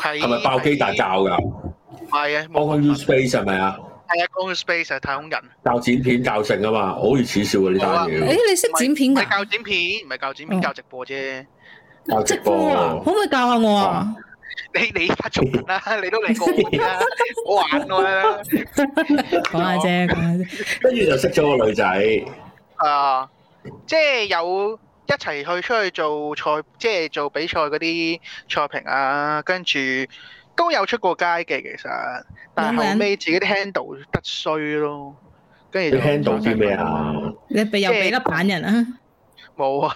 D: 係
C: 係咪爆機大？教㗎
D: 唔係啊，
C: ？Hong
D: 冇
C: Kong U Space 係咪啊？
D: 係啊，Gone Space 係太空人，
C: 教剪片教成啊嘛，好似恥笑啊呢
A: 誒、
C: 單嘢，
A: 你識剪片
D: 唔
A: 㗎
D: 係？教剪片，唔係教剪
A: 哦
D: 片，教直播啫。
C: 教直
A: 直播啊？
C: 播
A: 可。唔可以教下我啊？
D: 你你發做人啦，你都嚟過我啦，我玩我啦。
A: 講下啫，講下啫。
C: 跟住就識咗個女仔，
D: 啊，即係有一齊去出去做賽，即係做比賽嗰啲賽評啊，跟住都有出過街嘅其實，但係後尾自己啲 handle 得衰咯，跟
C: 你
D: 住就
C: handle 啲咩？啊？
A: 你俾又俾粒板人啊？
D: 冇啊，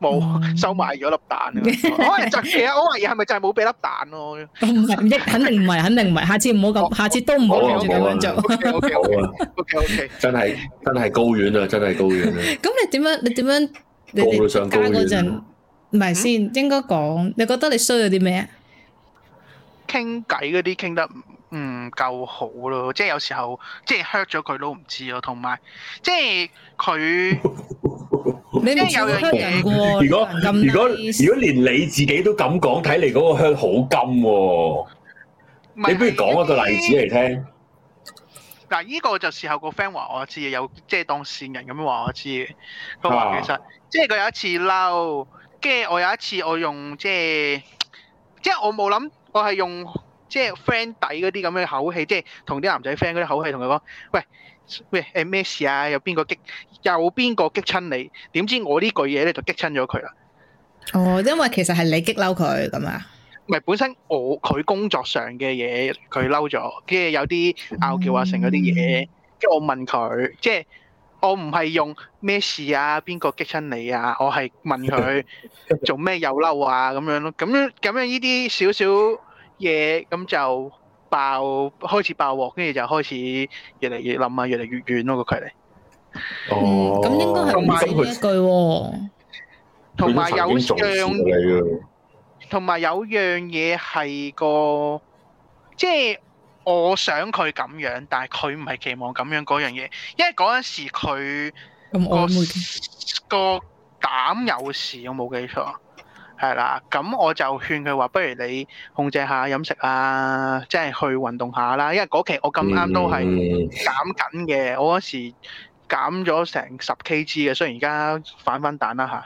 D: 冇啊
A: 嗯
D: 收埋咗粒蛋 啊！可能就其實我懷疑係咪就係冇俾粒蛋咯
A: 唔係，唔益肯定唔係，肯定唔係。下次唔好咁，下次都唔好
D: 好啊
A: 諗住咁樣做。
D: ？OK OK
C: 好
D: OK
C: 啊，
D: OK，
C: 真係真係高遠啊，真係高遠啊！
A: 咁你點樣？你點樣？ 你哋
C: 上
A: 加
C: 高
A: 嗰
C: 遠啊
A: 陣，唔係先，應該講，你覺得你衰咗啲咩啊？
D: 傾偈嗰啲傾得唔唔夠好咯，即係有時候即係 hurt 咗佢都唔知咯，同埋即係佢。
A: 你唔似
D: 有
A: 會
D: 樣
A: 黑人嘅喎，
C: 如果
A: 你個人咁
C: 如果
A: nice
C: 如果連你自己都咁講，睇嚟嗰個香好金喎、
D: 唔 係
C: 你不如講一個例子嚟啊聽。
D: 嗱，依個就事後個 friend 話我知嘅，有即係當事人咁樣話我知嘅。佢話其實、即係佢有一次嬲，跟住我有一次我用即係即係我冇諗，我係用即係 friend 底嗰啲咁嘅口氣，即係同啲男仔 friend 嗰啲口氣同佢講，喂喂誒咩事啊？有邊個激有邊個激親你？點知我呢句嘢咧就激親咗佢啦。
A: 哦，因為其實係你激嬲佢咁啊。
D: 唔係本身我佢工作上嘅嘢佢嬲咗，跟住有啲拗撬啊成嗰啲嘢，跟住我問佢，即係我唔係用咩事啊，邊個激親你啊，我係問佢做咩又嬲啊咁樣咯，咁樣咁樣呢啲少少嘢咁就爆開始爆鑊，跟住就開始越嚟越冧啊，越嚟越遠咯個距離，
A: 嗯，咁應該係
D: 同
A: 唔
D: 埋
A: 止呢一句喎。
D: 同埋有
C: 重視
D: 樣
C: 你嘅，
D: 同埋有樣嘢係個，即係我想佢咁樣，但係佢唔係期望咁樣嗰樣嘢，因為嗰陣時佢
A: 咁
D: 個
A: 我會嘅
D: 個膽有事，我冇記錯，係啦。咁我就勸佢話，不如你控制下飲食啊，即係去運動下啦。因為嗰期我咁啱都係
C: 嗯
D: 減緊嘅，我嗰時減咗成十 Kg 嘅，雖然而家反翻蛋啦嚇。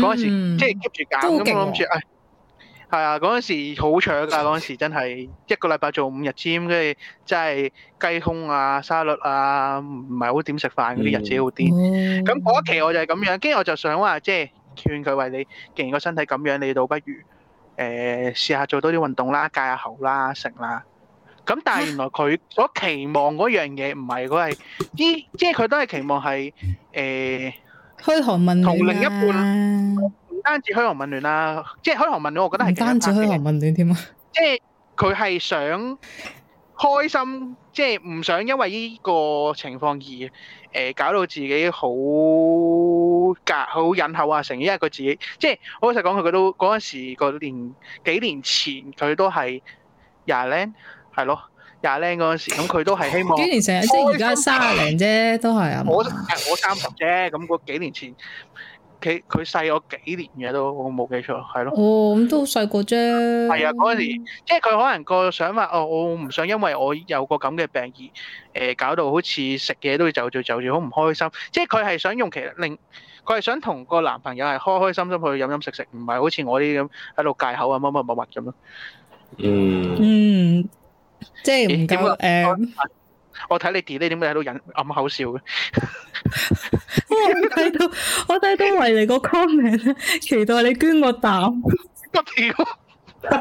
D: 嗰陣時
A: 嗯
D: 即係 keep 住
A: 都好勁
D: 減咁，我
A: 喎
D: 諗住，唉，係啊，嗰陣時好搶㗎，嗰陣時真係一個禮拜做五日 gym，跟住真係雞胸啊、沙律啊，唔係好點食飯嗰啲日子好啲。咁嗰一期我就係咁樣，跟住我就想話，即係勸佢喂你，既然個身體咁樣，你倒不如誒、呃、試下做多啲運動啦，戒下口啦，食啦。咁但係原來佢所期望嗰樣嘢唔係佢係，依即係佢都係期望係誒。呃
A: 虛寒問暖
D: 同另一
A: 半
D: 唔單止虛寒問暖啦，即係虛寒問暖，我覺得係
A: 唔
D: 其中一
A: 單止
D: part
A: 虛
D: 嘅
A: 寒問暖添啊。
D: 即係佢係想開心，即係唔想因為呢個情況而誒、呃搞到自己好隔好忍口啊，成因為佢自己即係我老實講，佢佢都嗰陣時個年幾年前佢都係廿零係咯廿零嗰陣時，咁佢都係希望
A: 幾。年成日即係而家三廿零啫，都係啊。
D: 哦我誒我三十啫，咁嗰幾年前，佢佢細我幾年嘅都，我冇記錯，係咯。
A: 哦，咁都好細個啫。
D: 係啊嗰陣時即係佢可能個想法，哦，我唔想因為我有個咁嘅病而誒、呃搞到好似食嘢都要就住就住，好唔開心。即係佢係想用其令，佢係想同個男朋友係開開心心去飲飲食食，唔係好似我啲咁喺度戒口啊乜乜乜乜咁咯。
C: 嗯，
A: 嗯，即係唔
D: 點
A: 夠
D: 啊
A: 誒， 哇
D: 我睇你 delete 點解喺度忍暗口笑嘅？
A: 我睇到我睇到維尼個 comment，期啊待你捐個膽。
D: 我屌！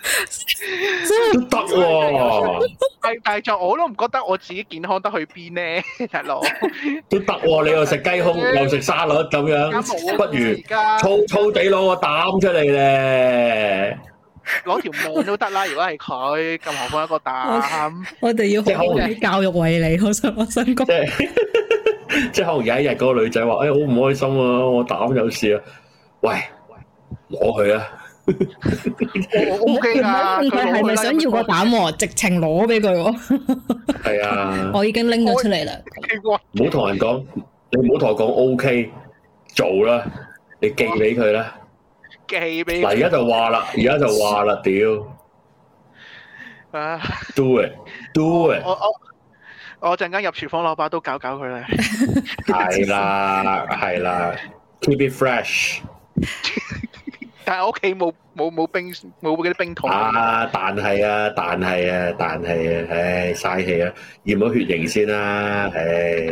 A: 真
C: 都得喎，
D: 但但就我都唔覺得我自己健康得去邊呢， 大佬。
C: 都得喎，你又食雞胸又食沙律咁
D: 而家
C: 樣，
D: 冇啊
C: 不如
D: 而家
C: 粗粗地攞個膽出嚟咧，
D: 攞條命都得啦。如果係佢，更何況一個 膽。
A: 我哋要好好地教育維尼，我想我想講
C: 即。係即係可能有一日嗰個女仔話：，誒、好唔開心啊，我膽有事啊，喂，攞佢啊！
D: 我 OK
A: 佢
D: 噶，啊佢
A: 係咪想要個
D: 打？
A: 蛋喎？直情攞俾佢喎，
C: 係啊，
A: 我已經拎咗出嚟啦。
C: 唔好同人講，你唔好同我講 OK，做啦，你寄俾佢啦。
D: 寄俾
C: 嗱，而家就話啦，而家就話啦，屌
D: 啊！
C: ，do it，do it，
D: 我我我陣間入廚房攞把刀搞搞佢 啦。
C: 係啦，係啦，keep it fresh
D: 但係我屋企冇冇冇冰冇嗰啲冰
A: 哦
D: 桶。
C: 啊！但係啊，但係啊，但係啊，唉，嘥氣啊，驗咗血型先啦，唉，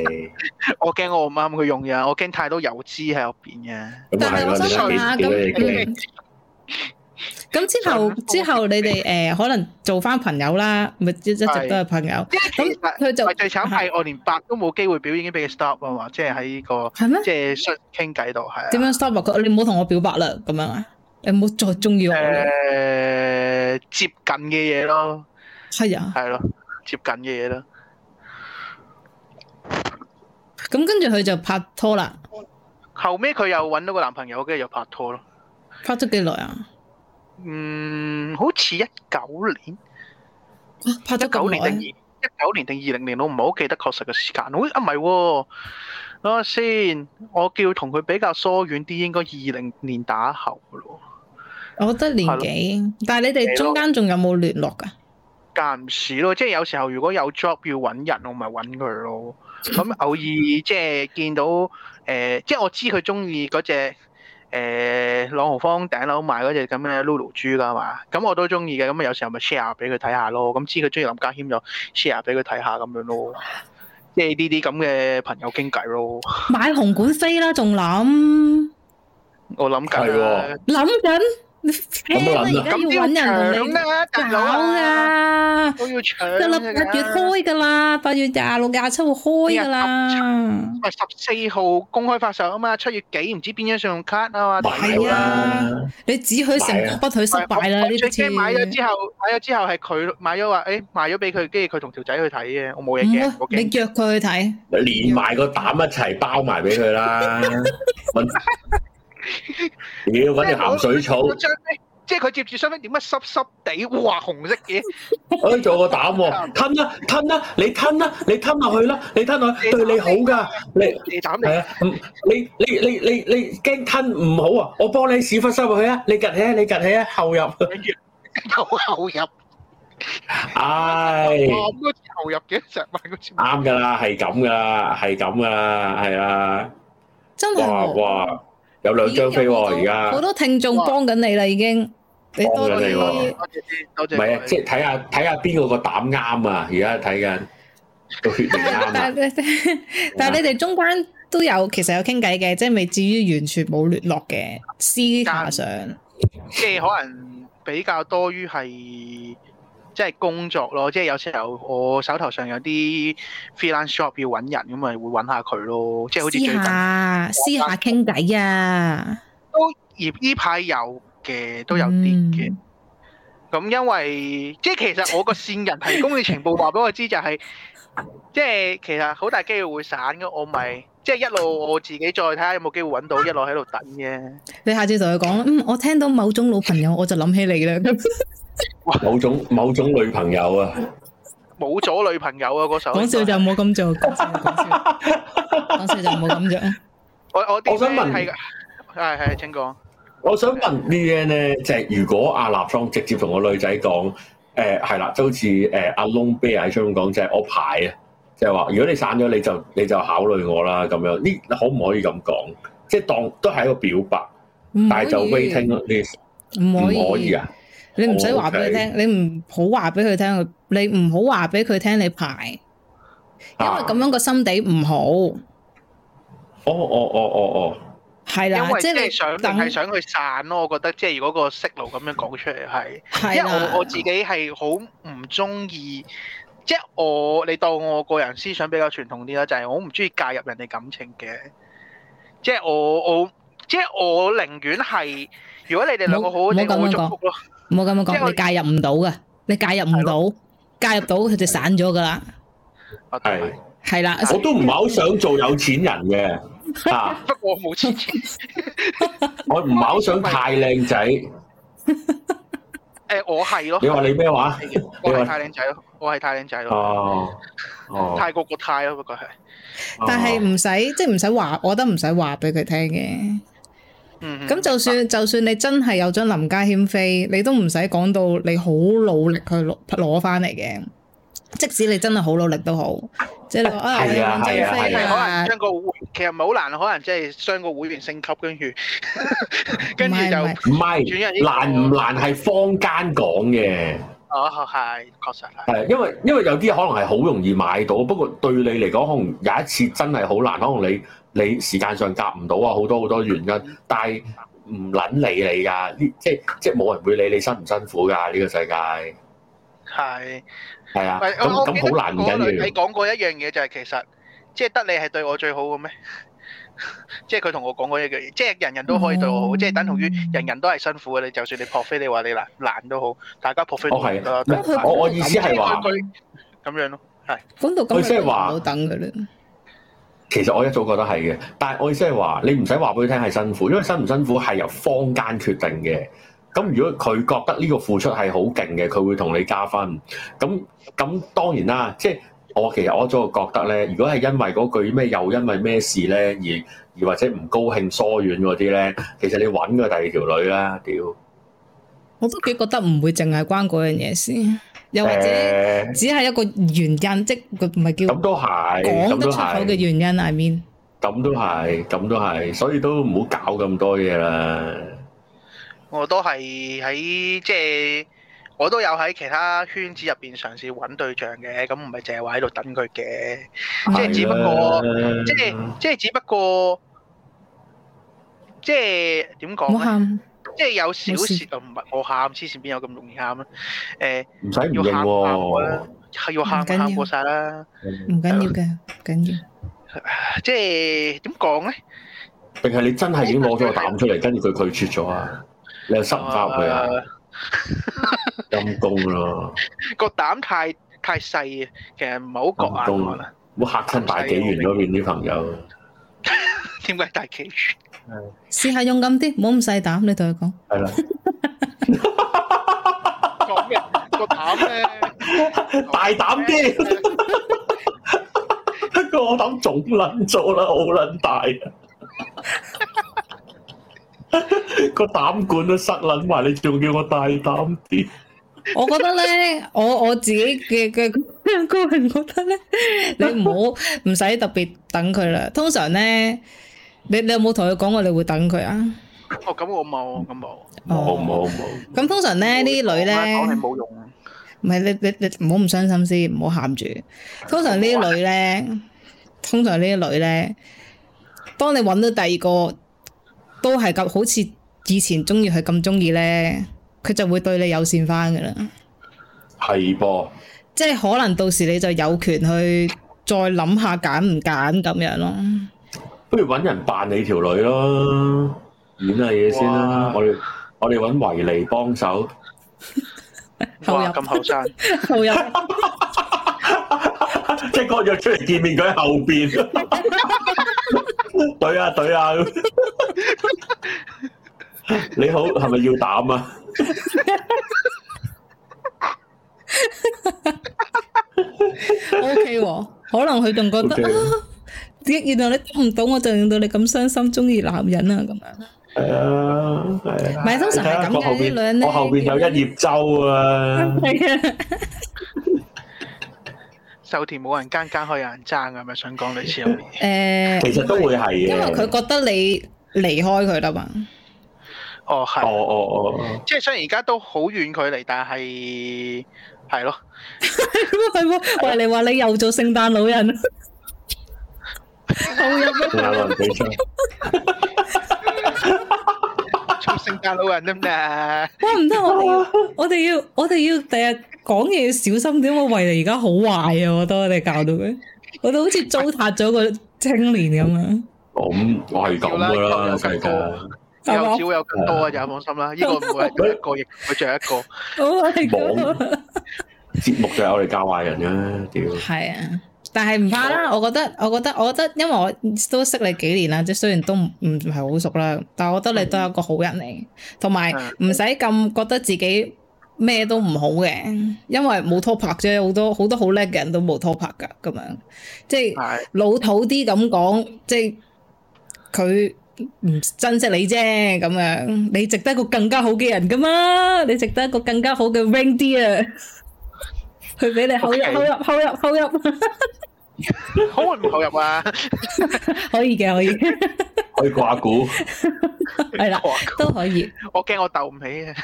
D: 我驚我唔啱佢用嘅，我驚太多油脂喺入邊嘅。
C: 咁啊
A: 但
C: 係
A: 係
C: 啦，
A: 我想問
C: 你
A: 下，
C: 幾幾多嘢
A: 咁
C: 驚
A: 嗯咁之 後
D: 想
A: 之後你哋誒可能做翻朋友啦，咪一一直都
D: 係
A: 係朋友。
D: 因為其
A: 咁
D: 實
A: 佢就
D: 唔係最慘係我連白都冇機會表演，已經俾佢 stop 啊嘛，即係喺呢個
A: 係咩？
D: 即係商傾偈度係啊。
A: 點樣 stop 啊佢？你唔好同我表白啦，咁樣啊！你唔好再中意我啦。
D: 誒接近嘅嘢咯，
A: 係啊，
D: 係咯，接近嘅嘢咯。
A: 咁跟住佢就拍拖啦。
D: 後尾佢又揾到個男朋友，跟住又拍拖咯。
A: 拍咗幾耐啊？
D: 嗯，好似一九年。
A: 哇啊拍咗
D: 一九年
A: 咁耐
D: 定二一九年定二零年，我唔係好記得確實嘅時間。好啊，唔係喎，等下先，我叫同佢比較疏遠啲，應該二零年打後嘅咯，
A: 啊，我覺得年幾？但係你哋中間仲有冇聯絡㗎？
D: 間唔時咯，即係有時候如果有 job 要揾人，我咪揾佢 咯。咁偶爾即係見到誒、呃即係我知佢中意嗰隻。誒朗豪坊頂樓賣嗰只咁嘅 Lulu 豬㗎嘛，咁我都中意嘅，咁有時候咪 share 俾佢睇下咯，咁知佢中意林家謙就 share 俾佢睇下咁樣咯，即係呢啲咁嘅朋友傾偈咯，
A: 買紅館飛啦，仲諗
D: 我諗緊
C: 係
D: 啦
C: 喎，
A: 諗緊。
C: 諗啊
A: 而家要揾人同
D: 咁
A: 你
D: 都要搶啊，
A: 搞
D: 大佬啊，
A: 㗎。
D: 都要搶啊
A: 得啦，
D: 㗎
A: 八月開噶啦，八月廿六、廿七號開噶啦。
D: 咪十四號公開發售啊嘛，七月幾唔知邊張信用卡啊嘛，
C: 買
A: 係啊
C: 啦。
A: 你只許成
C: 買啊
A: 功，不許失敗啦！
D: 我
A: 呢
D: 最
A: 啲次
D: 驚買咗之後，買咗之後係佢買咗話，誒賣咗俾佢，跟住佢同條仔去睇嘅，我冇嘢
A: 唔
D: 嘅，
A: 好
D: 我，
A: 嗯你
D: 驚。
A: 約佢去睇。
C: 連埋個膽一齊包埋俾 佢啦。搵屌，搵條鹹水草，
D: 即係佢接住身邊點解濕濕地，哇紅色 嘅，
C: 哎，做個膽喎，吞啦，吞啦，你吞啦，你吞落去啦，你吞落去，對你好噶，你
D: 你膽
C: 係
D: 嚟，
C: 啊，嗯你你你你你驚吞唔好啊，我幫你屎忽塞入去啊，你趌起啊，你趌起啊，後入，
D: 跟住又後入，
C: 唉，
D: 哇咁多次後入嘅，成日買嗰次。
C: 啱噶啦，係咁噶啦，係咁噶啦，係啊，
A: 真係
C: 哇
A: 喎
C: 哇，有兩張飛喎而家
A: 好。多聽眾幫緊你啦，已經。你多
C: 幫緊你
A: 啲
C: 喎
D: 多謝先，多謝
C: 唔
D: 各
C: 係
D: 位。
C: 啊，即係睇下睇下邊個個膽啱啊！而家睇緊個血型啱啊
A: 但！係但係你哋中間都有其實有傾偈嘅，即係未至於完全冇聯絡嘅，私下上
D: 即係可能比較多於係即係工作咯，即係有時候我手頭上有啲 freelance job 要揾人，咁咪會揾下佢咯。即係好似
A: 私
D: 最近
A: 下私下傾偈啊，
D: 都而呢排有嘅，都有啲嘅。
A: 嗯
D: 咁、因為即係其實我個線人提供嘅情報話俾我知 就係、即係其實好大機會會散嘅，我咪即係一路我自己再睇下有冇機會揾到，一路喺度等嘅。
A: 你下次同佢講啦，嗯，我聽到某種老朋友，我就諗起你啦。咁
C: 某種某種女朋友啊，
D: 冇咗女朋友啊，嗰首
A: 講笑就唔好咁做，講笑講笑，講笑就唔好咁做。
D: 我我啲
C: 我想問
D: friend 係係係請講。
C: 我想問 Vivian 咧，就係、如果阿立桑直接同個女仔講，誒係啦，就好似誒阿窿啤喺香港，就係、我排啊，就係、話如果你散咗，你就你就考慮我啦咁樣，呢可唔可以咁講？即係當都係一個表白，
A: 唔
C: 但係就
A: 可以
C: waiting list
A: 唔
C: 唔
A: 可
C: 可
A: 以
C: 以啊？
A: 你唔使話俾
C: 哦
A: 佢聽，你唔好話俾佢聽，你唔好話俾佢聽你排，因為
C: 啊
A: 咁樣個心地唔好，
C: 哦哦哦哦
A: 係
D: 因
A: 啦，
D: 為
A: 即
D: 即
A: 係
D: 係想
A: 你
D: 定係
A: 等
D: 想去散咯，我覺得即係如果個息路咁樣講出嚟係，因為
A: 係啦
D: 我我自己係好唔中意，即係我你當我個人思想比較傳統啲啦，就係、我唔中意介入人哋感情嘅，即係我我即係我寧願係，如果你哋兩個好好
A: 唔好
D: 地，
A: 咁樣
D: 我會祝福咯，
A: 唔好咁樣
D: 即係我
A: 講，你介入唔到噶，你介入唔到，介入到佢就散咗噶啦，
D: 啊
C: 哦，係，
A: 係啦，
C: 我都唔係好想做有錢人 嘅啊。
D: 不過我冇錢，
C: 我唔係好想太靚仔，
D: 誒，我係咯
C: 你，話你咩話？
D: 我係太靚仔咯，我係太靚仔咯，
C: 哦，哦，
D: 太過個太咯，不過係，
A: 但係
C: 哦
A: 唔使即係唔使話，我覺得唔使話俾佢聽嘅。
D: 嗯，
A: 咁就算就算你真係有張林家謙飛，你都唔使講到你好努力去攞攞翻嚟嘅。即使你真係好努力都好，即係你話啊，我有
C: 係啊
A: 張飛
C: 係啊
D: 係可
A: 啊
D: 能，將個會，其實唔係好難，可能即係將個會員升級， 跟住跟住
A: 唔係唔
D: 就
A: 係
C: 唔係
D: 轉人
C: 難唔難係坊間講嘅，
D: 哦，係確實係，
C: 係因為因為有啲可能係好容易買到，不過對你嚟講，可能有一次真係好難，可能你你時間上夾唔到啊，好多好多原
D: 嗯
C: 因，但係唔撚理你㗎，呢即係即係冇人會理你辛唔辛苦㗎，呢、個世界係
D: 係。
C: 啊，
D: 喂
C: 咁
D: 我我記
C: 咁
D: 得
C: 好難唔
D: 嗰個女
C: 緊要
D: 仔。講過一樣嘢就係其實，即係得你係對我最好嘅咩？ 即係佢同我講過一句嘢，即係人人都可以對我好，
A: 哦
D: 即係等同於人人都係辛苦嘅。你就算你撲飛，你話你難難都好，大家撲飛都
C: 哦
D: 難
C: 係
D: 啦。
A: 咁佢
C: 我我意思
D: 即係
C: 係話
D: 佢，佢咁樣咯，
A: 講到咁
C: 佢即係
A: 樣，唔
C: 話
A: 好等佢啦。
C: 其實我一早覺得係嘅，但係我意思係話你唔使話俾佢聽係辛苦，因為辛唔辛苦係由坊間決定嘅。咁如果佢覺得呢個付出係好勁嘅，佢會同你加分。咁咁當然啦，即係我其實我一早就覺得咧，如果係因為嗰句咩又因為咩事咧而而或者唔高興疏遠嗰啲咧，其實你揾個第二條女啦，屌！
A: 我都幾覺得唔會淨係關嗰樣嘢事，又或者
C: 誒
A: 只係一個原因，即係佢唔係
C: 咁
A: 叫
C: 都係，
A: 講
C: 咁
A: 得
C: 都
A: 出口嘅
C: 係，
A: 原因。I mean，
C: 咁都係，咁都係，所以都唔好搞咁多嘢啦。
D: 我都係喺即係。我都有喺其他圈子入邊嘗試揾對象嘅，咁唔係淨係話喺度等佢嘅，即係只不
C: 係
D: 過，
C: 啦
D: 即係即係只不過，即係點
A: 唔好
D: 講咧？
A: 喊，
D: 即係有少
A: 冇事
D: 少，唔係我喊，黐線邊有咁容易喊啊？誒、
C: 唔使唔
D: 要
C: 認
D: 喊喊過啦
C: 喎，，
D: 係要喊
A: 唔緊要
D: 喊過晒啦。
A: 唔緊要嘅，唔緊要。
D: 即係點講咧？
C: 定係你真係已經攞咗個膽出嚟，跟住佢拒絕咗啊？你又塞唔翻入去啊？
D: 誒
C: 陰公咯，
D: 個膽太太細啊，其實唔係好覺眼啊
C: 陰
D: 可
C: 公
D: 能。
C: 唔好嚇親大紀元嗰邊啲朋友。
D: 點解大企住？
A: 試下勇敢啲，唔好咁細膽。你同佢講，
C: 係啦，
D: 講嘅個膽咧，
C: 大膽啲！我膽腫撚咗啦，好撚大啊！ 個膽管都塞撚埋，你仲叫我大膽啲？
A: 我覺得咧，我我自己嘅嘅 個人覺得咧， 你唔好唔使特別等佢啦。通常咧，你你有冇同佢講過你會等佢啊？哦
D: 哦，咁我冇，咁冇。
C: 冇冇冇，
A: 咁通常咧，呢啲女咧
D: 講。係冇用。
A: 唔係你你你唔好咁傷心先，唔好喊住。通常呢
D: 啊
A: 啲女咧，通常呢啲女咧，當你揾到第二個都係咁，好似以前中意佢咁中意咧，佢就會對你友善翻噶啦。
C: 係噃。
A: 即係可能到時你就有權去再諗下揀唔揀咁樣 咯。
C: 不如揾人扮你條女咯，演下嘢先啦
D: 哇。
C: 我哋我哋揾維尼幫手，
A: 後入
D: 哇，咁後生，
A: 後有
C: 即係嗰個約出嚟見面，佢喺後邊。 對啊對啊， 你好，係咪要膽啊？
A: O K 喎，可能佢仲覺得
C: OK
A: 啊，原來你等唔到我，就令到你咁傷心，中意男人啊咁樣。
C: 係啊，係
A: 唔
C: 啊。
A: 係通常係咁
C: 我
A: 嘅
C: 後
A: 啲女人
C: 邊
A: 咧。
C: 我後邊有一葉舟啊，
A: 係啊。
D: 秀田冇人間間可以有人爭啊，係咪想講類似咁嘅嘢？
A: 誒，
C: 其實都會係
A: 因為
C: 嘅
A: 佢。覺得你離開佢啦嘛，
D: 哦，係。
C: 哦哦哦，
D: 即係雖然而家都好遠距離，但係係咯，
A: 係喎，喂，你話你又做聖誕老人，後 入咗
C: 仲有
A: 佢
C: 人俾出，
D: 做聖誕老人得唔得啊？
A: 哇唔得，我哋 要，我哋要，我哋要第日講嘢要小心啲，我為你而家好壞啊，我覺得我哋教到佢，我哋好似糟蹋咗個青年咁啊，
C: 咁我係咁噶啦，世界。
A: 係嘛
D: 有只會有更多嘅，有放心啦。呢個唔會係最後一個，亦唔會最後一個。
A: 好我哋
C: 網節目就係我哋教壞人啦，屌！
A: 係啊，但係唔怕啦，我覺得，我覺得，我覺得，因為我都識你幾年啦，即係雖然都唔唔係好熟啦，但係我覺得你都係一個好人嚟，同埋唔使咁覺得自己咩都唔好嘅，因為冇拖拍啫，好多好多好叻嘅人都冇拖拍噶，咁樣即係
D: 係
A: 老土啲咁講，即係佢唔珍惜你啫，咁樣你值得一個更加好嘅人噶嘛，你值得一個更加好嘅 ring 啲啊，佢俾你口入
B: OK
A: 口入口入口入。
D: 好唔好入啊？
A: 可以嘅，可 以嘅，
C: 可以掛股，唔
A: 系啦，都可以，
D: 我驚我鬥唔起啊！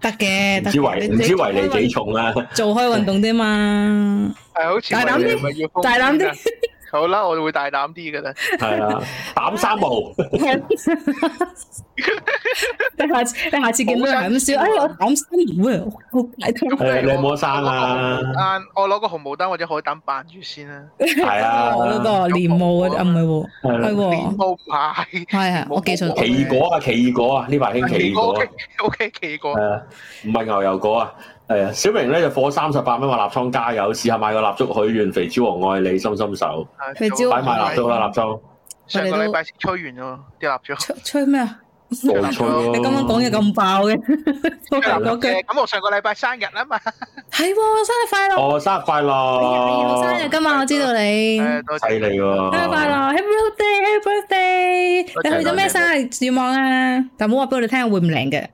A: 得嘅，得
C: 知
A: 嘅。
C: 為唔知為你幾重啦。
A: 做開運動 啫嘛，
D: 係好似
A: 大膽啲
D: 我哋咪要封
A: 大膽
D: 煙
A: 啲
D: 啊。好啦，我會大膽啲噶啦。
C: 係啊，膽三毛，
A: 你下次你下次見到人係咁笑，哎，我膽心唔會好好大痛
D: 咁。
C: 係啊你有冇生
D: 我攞個紅
C: 啊？
D: 丹，我攞個紅毛丹或者海膽扮住先啦。
C: 係啊，
A: 我嗰個連帽啊，啊唔係
C: 係
A: 喎，係
C: 啦
A: 喎，
D: 冇牌，
A: 係係，我記錯
C: 奇異
A: 咗。
C: 果啊，奇異果啊，呢排興奇異 果啊。
D: O K，奇過。
C: 係啊，唔係牛油果啊，係啊。小明咧就火三十八蚊話立倉加油，試下買個蠟燭許願，肥豬王愛你，心心手，
A: 佢招
C: 擺埋蠟燭啦，蠟燭
D: 啊上個禮拜先吹完喎，啲蠟燭。
A: 吹吹咩啊？
C: 冇吹咯。
A: 你今晚講嘢咁爆嘅， 我
D: 吹蠟
A: 講
D: 燭
A: 句
D: 嘅，咁我上個禮拜生日啊嘛，
A: 係喎，生日快樂！
C: 哦，生日快
A: 哎你
C: 樂！
A: 要生日㗎嘛，我知道你。
D: 誒多謝
C: 犀利喎！
A: 生日快樂，Happy Birthday，Happy Birthday！
D: 多謝
A: 你去咗咩
D: 多謝
A: 生日願望啊？但唔好話俾我哋聽，會唔靚嘅。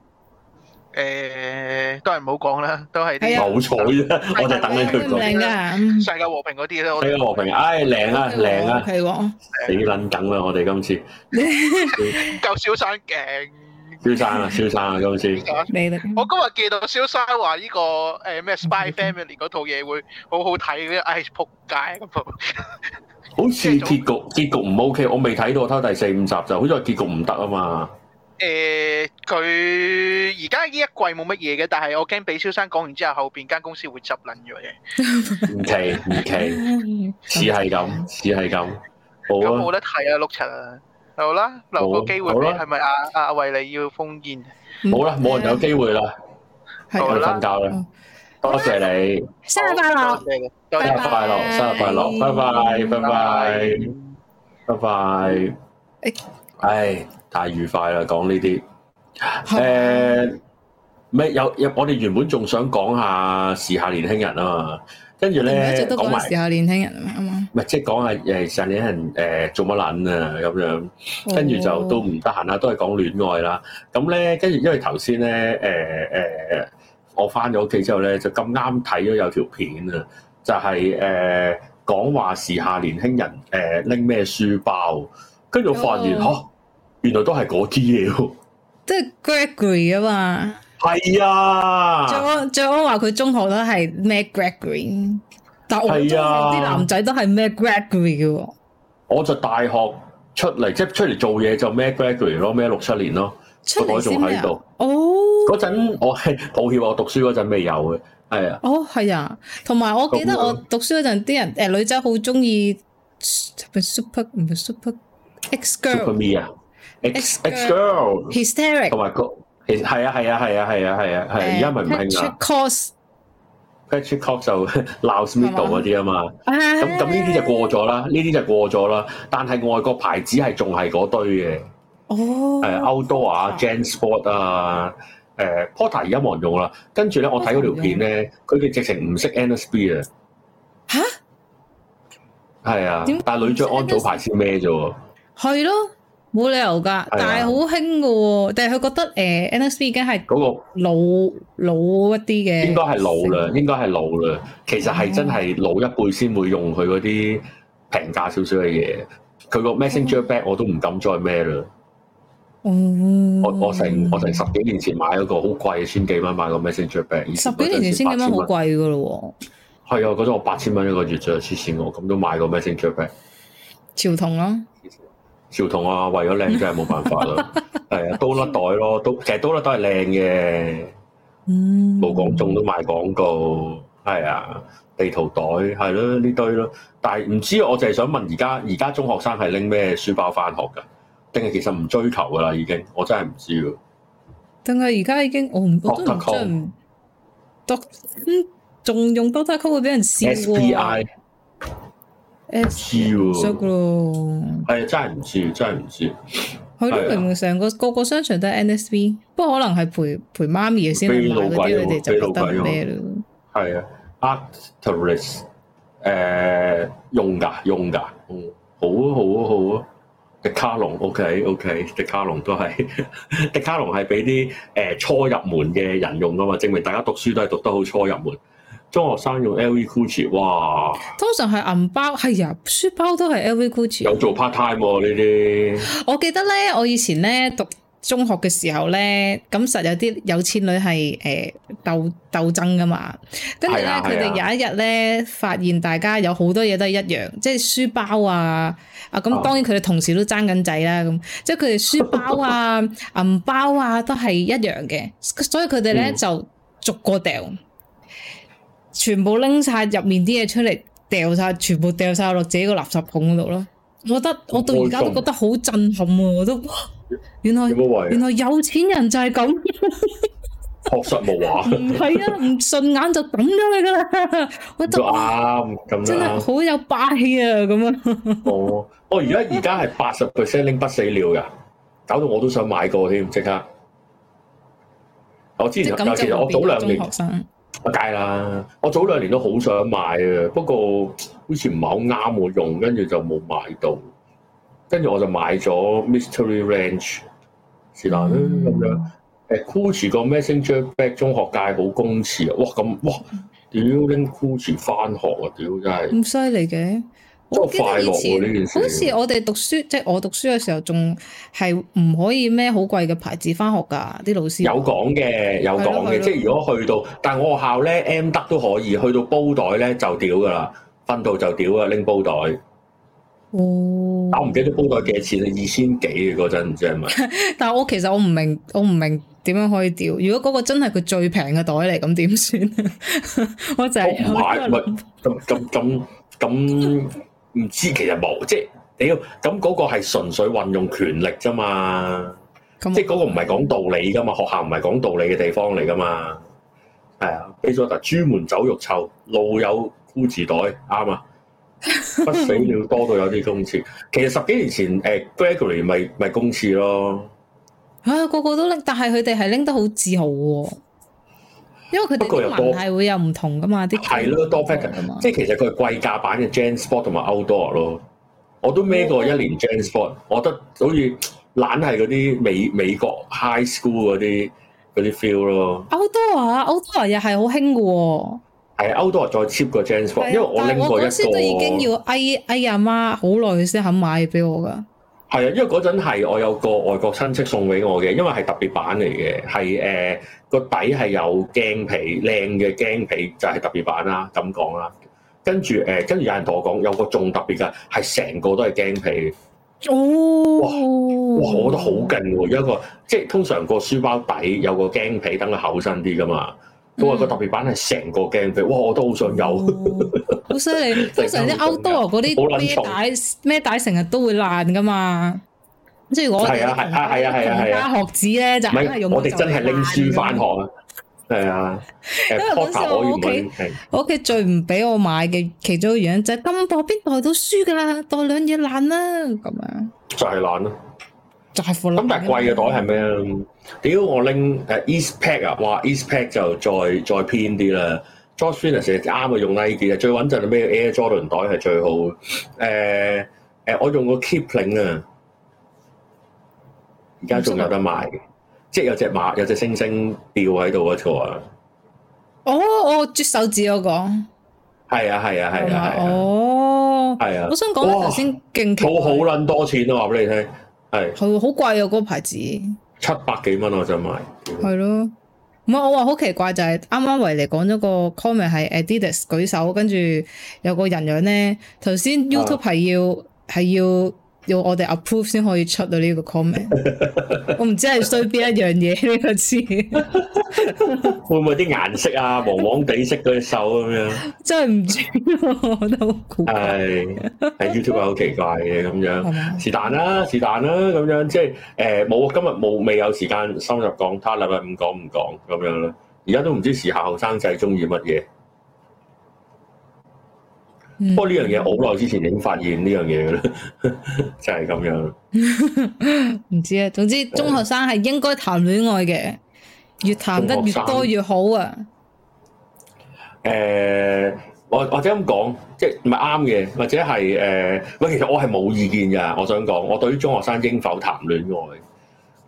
D: 誒，都係唔好講啦，都係
A: 係
D: 啲
A: 啊
C: 冇彩 啫，我就等緊
A: 會
C: 佢
A: 唔
C: 講。
A: 靚㗎？
D: 世界和平嗰啲啦，我
C: 睇個和平，唉，靚啊，
A: Ừ.
C: 靚啊，
A: 係喎，
C: 死撚梗啦！我哋今次
D: 唔夠燒山勁。
C: 蕭 生啊，蕭生啊，今次
A: 你哋
D: 我今日見到蕭生話呢個誒咩 Spy Family 嗰套嘢會好好睇嘅，唉仆街咁啊！
C: 好似結局結局唔 OK，我未睇到，我睇到第四五集就好似話結局唔得啊嘛。
D: 誒，佢而家呢一季冇乜嘢嘅，但係我驚俾蕭生講完之後，後邊間公司會執撚咗嘅，
C: 唔奇唔奇，似係咁，似係咁，
D: 咁
C: 好啊
D: 冇。得睇啊，碌柒啊！好啦，留個機會俾
C: 好啦
D: 係咪阿阿維你要封煙？
C: 好啦，冇人有機會啦，
A: 係
C: 我
D: 好
C: 哋
D: 啦
C: 瞓覺啦
A: 嗯。
C: 多謝你，
A: 生日快樂！
D: 多
C: 生
D: 謝
C: 日快樂，生日快樂，拜拜，拜拜，拜拜。唉，太愉快啦，講呢啲。誒，咩有有？我哋原本仲想講下時下年輕人啊嘛，跟住
A: 我哋一
C: 咧
A: 直都
C: 講
A: 講
C: 埋
A: 時，候年輕人啊嘛，
C: 唔係即係講下誒時下年輕人誒做乜撚啊咁樣。
A: 啱啱
C: 跟住就都唔得閒啦，都係講戀愛啦。咁咧，跟住因為頭先咧，誒、誒、我翻咗屋企之後咧，就咁啱睇咗有條片啊，就係、誒、講話時下年輕人誒呃拎咩書包，跟住我發現嚇、
A: 哦
C: 原來都係嗰啲嘢喎。
A: 即係 Gregory 啊嘛。
C: 係
A: 最
C: 啊，
A: 安最安話佢中學都係咩 Gregory，但我中學
C: 係啊
A: 啲男仔都係咩 Gregory 嘅喎。
C: 我就大學出嚟，即係出嚟做嘢就咩 graduate 咯，咩六七年咯。
A: 出嚟先咩
C: 個袋仲喺
A: 啊
C: 度？
A: 哦。
C: 嗰陣我係抱歉，我讀書嗰陣未有嘅，係啊，
A: 哦，係啊，同埋我記得
C: 咁樣
A: 我讀書嗰陣，啲人誒、女仔好中意係咪 super 唔係 super X
C: super
A: girl
C: me 啊，ex
A: Ex
C: ex girl。
A: hysteric
C: 同埋個其實係啊係啊係啊係啊係啊係，而家咪唔興啊
A: Patrick Cos
C: ，Patrick Cox 就 鬧 Smith 嗰啲啊嘛，咁咁呢啲就過咗啦，呢啲就過咗啦。但係外國牌子係仲係嗰堆嘅，
A: 哦，
C: 誒 Outdoor 啊、Gen Sport 啊、誒 Porter 而家冇人用啦。跟住咧，我睇嗰條片咧，佢哋直情唔識 NSB 啊，
A: 吓
C: 係啊
A: 點，
C: 但係女着安祖牌先孭啫喎。
A: 係咯，冇理由㗎，但係好興㗎喎，但係佢覺得誒、NSB 已經係
C: 嗰個
A: 老老一啲嘅，
C: 應該係老啦，應該係老啦。其實
A: 嗯
C: 係真係老一輩先會用佢嗰啲平價少少嘅嘢。佢個
A: 嗯
C: messenger bag 我都唔敢再孭啦。
A: 哦。
C: 我我成我成十幾年前買咗個好貴嘅千幾蚊買個 messenger bag。
A: 十幾年前千幾蚊好
C: 貴。
A: 貴㗎咯
C: 係啊，嗰陣我八千蚊一個月啫，黐線我咁都買個 messenger
A: 喎，
C: bag。
A: 潮童咯，
C: 潮童啊，為咗靚真係冇辦法 啦。係啊，刀甩袋咯，刀其實刀甩袋係靚嘅。
A: 嗯，
C: 冇講中都賣廣告，係啊，地圖袋係咯呢堆咯，但係唔知我就係想問而家而家中學生係拎咩書包翻學㗎？定係其實唔追求㗎啦已經，我真係唔知喎。
A: 但係而家已經我唔我都唔
C: Doctor Call
A: 真唔多，嗯仲用 Dota Code 會俾人笑喎。
C: SPI
A: S
C: 知喎
A: 叔咯，
C: 係啊，真係唔知，真係唔知。
A: 佢
C: 係啊
A: 都明明成個個個商場都係 NSV，不過可能係陪陪媽咪嘅先去買嗰啲，
C: 俾老
A: 佢
C: 鬼
A: 哋就覺
C: 喎俾
A: 得
C: 老鬼喎
A: 咩咯？
C: 係啊，Arcturus 誒、用㗎用㗎，嗯，好啊好啊好啊，迪卡龍 OK OK，迪卡龍都係 迪卡龍係俾啲誒初入門嘅人用㗎嘛，證明大家讀書都係讀得好初入門。中學生用 LV Gucci，哇，
A: 通常係銀包，係啊，書包都係 LV Gucci
C: 有。做 part time 喎呢啲，
A: 我記得咧，我以前咧讀中學嘅時候咧，咁實有啲有錢女係誒鬥鬥爭噶嘛。跟住咧，
C: 係啊
A: 佢哋
C: 係
A: 有一日咧，發現大家有好多嘢都係一樣，即係書包啊啊咁
C: 啊。
A: 當然佢哋同時都爭緊仔啦，咁即係佢哋書包 啊、銀包啊都係一樣嘅，所以佢哋咧
C: 嗯
A: 就逐個掉，全部拎晒入面啲嘢出嚟，掉晒，全部掉晒落自己個垃圾桶嗰度咯。我覺得我到而家都覺得好震撼喎，我都哇原來
C: 有冇為
A: 哦
C: 呃
A: 原來有錢人就係咁，
C: 學實無話
A: 唔係 啊，唔順眼就抌咗佢噶啦，我
C: 都
A: 就哇
C: 啱咁
A: 真係
C: 樣。
A: 好有霸氣啊咁啊！
C: 哦，我而家而家係八十 percent 拎不死了噶，搞到我都想買個添，即刻。我之
A: 即係
C: 前但
A: 咁
C: 其
A: 就
C: 實
A: 會
C: 我早
A: 變咗
C: 兩
A: 中
C: 年，啊
A: 學生。
C: 梗係啦，我早兩年都好想買啊，不過好似唔係好啱我用，跟住就冇買到，跟住我就買咗 Mystery Ranch，是但啦
A: 嗯
C: 咁樣。誒 Gucci 個 Messenger Bag 中學界好公廁啊！哇咁哇，屌拎 Gucci 翻學啊！屌真係〜
A: 咁犀利嘅。我記得以
C: 真係快樂喎呢
A: 前
C: 件事
A: 好似我哋讀書，即係我讀書嘅時候，仲係唔可以咩好貴嘅牌子翻學㗎，啲老師
C: 有講嘅，有
A: 係
C: 講
A: 咯係
C: 嘅，
A: 咯
C: 即係如果去到，但係我學校咧 M 得都可以，去到煲袋咧就屌噶啦，瞓到就屌啊，拎煲袋。
A: 哦
C: 但我唔記得煲袋幾多錢啦，啊二千幾嘅嗰陣唔知係咪？
A: 但係我其實我唔明，我唔明點樣可以掉。如果嗰個真係佢最平嘅袋嚟，咁點算 啊？我就係
C: 我唔買
A: 我喺度諗
C: 咁咁咁咁唔知其實冇，即係屌咁嗰個係純粹運用權力啫嘛，
A: 咁啊
C: 即係嗰個唔係講道理噶嘛，學校唔係講道理嘅地方嚟噶嘛。係啊，基佐特專門走肉臭，路有箍字袋，啱啊！不死了多到有啲公廁。 其實十幾年前，誒、Gregory 咪咪公廁
A: 哦
C: 咯，
A: 啊，個個都拎，但係佢哋係拎得好自豪喎，因為佢哋
C: 不
A: 啲
C: 過又多
A: 文係會有唔同㗎嘛，啲
C: 係咯，多啊 p a c
A: 㗎嘛
C: k 即係其實佢係貴價版嘅 Jan Sport 同埋 Outdoor 咯。我都孭過一
A: 哦
C: 年 Jan Sport，我覺得好似懶係嗰啲美美國 high school 嗰啲嗰啲 feel 咯。
A: Outdoor 啊，Outdoor 又係好興嘅喎。
C: 係 Outdoor 再 cheap 過 Jan
A: 係
C: Sport，
A: 啊
C: 因為我
A: 但
C: 拎
A: 係
C: 過一
A: 嗰時都已經
C: 個。
A: 要嗌嗌阿媽好耐，佢先肯買俾我噶。
C: 係啊，因為嗰陣係我有個外國親戚送俾我嘅，因為係特別版嚟嘅，係誒個底係有鏡皮，靚嘅鏡皮就係特別版啦，咁講啦。跟住誒，呃跟住有人同我講，有個仲特別嘅係成個都係鏡皮，
A: 哦，
C: 哇！
A: 哇
C: 我覺得好勁喎，有一個即係通常個書包底有個鏡皮，等佢厚身啲噶嘛。佢話個特別版係成個鏡皮，哇！我都好想有，
A: 哦好犀利。 通常啲 outdoor 嗰
C: 好
A: 啲
C: 撚
A: 咩
C: 重
A: 帶咩帶成日都會爛噶嘛。即係我哋
C: 係啊係啊係啊係啊係啊
A: 同家學子咧就
C: 唔
A: 硬係
C: 係
A: 用
C: 我哋真係拎書翻學
A: 學。
C: 啊，係啊，誒
A: 因為嗰時
C: Porter
A: 我
C: 我原
A: 屋
C: 本
A: 企
C: 係
A: 我屋企最唔俾我買嘅其中一個原因就係咁薄邊袋到書㗎啦，袋兩嘢爛啦咁樣。
C: 就係懶咯。
A: 就係貨
C: 咁但係貴嘅
A: 嗯
C: 袋係咩咧？屌我拎誒 East Pack 啊，哇 East Pack 就再再偏啲啦。George Finnis 其實啱啊，用 Nike 啊，最穩陣係咩 Air Jordan 袋係最好。誒、誒、我用個 Kipling 啊，而家仲有得賣嘅，即係有隻馬有隻星星吊喺度嗰個啊，
A: 哦，我啜手指嗰個
C: 係啊係啊係啊係啊
A: 哦。
C: 係啊
A: 我，想講咧，
C: 哇
A: 頭先勁奇怪
C: 好好撚多錢啊！話俾你聽，係
A: 佢好貴啊！嗰個牌子係
C: 七百幾蚊我就買。
A: 咯，唔係我話好奇怪就係啱啱維尼講咗個 comment 係 Adidas 舉手，跟住有個人樣咧，頭先
C: 啊
A: YouTube 係要係要要我哋 approve 先可以出到呢個 comment，我 唔知係衰邊一樣嘢呢個字，
C: 會唔會啲顏色啊，黃黃地色嗰隻手咁樣？
A: 真係唔知喎，我覺得好古
C: 啊
A: 怪
C: 係係 YouTube 係好奇怪嘅咁
A: 係
C: 樣，
A: 嘛？
C: 是但啦，是但啦咁樣，即係誒冇今日冇未有時間深入講，他禮拜五講唔講咁樣啦。而家都唔知時下後生仔中意乜嘢，
A: 嗯
C: 不過呢樣嘢我好耐之前已經發現呢樣嘢嘅啦， 就係咁樣。
A: 唔知啊，總之中學生係應該談戀愛嘅，越談得越多越好啊。
C: 誒、呃我或者咁講，即係唔係啱嘅，或者係誒，喂、其實我係冇意見㗎。我想講，我對於中學生應否談戀愛，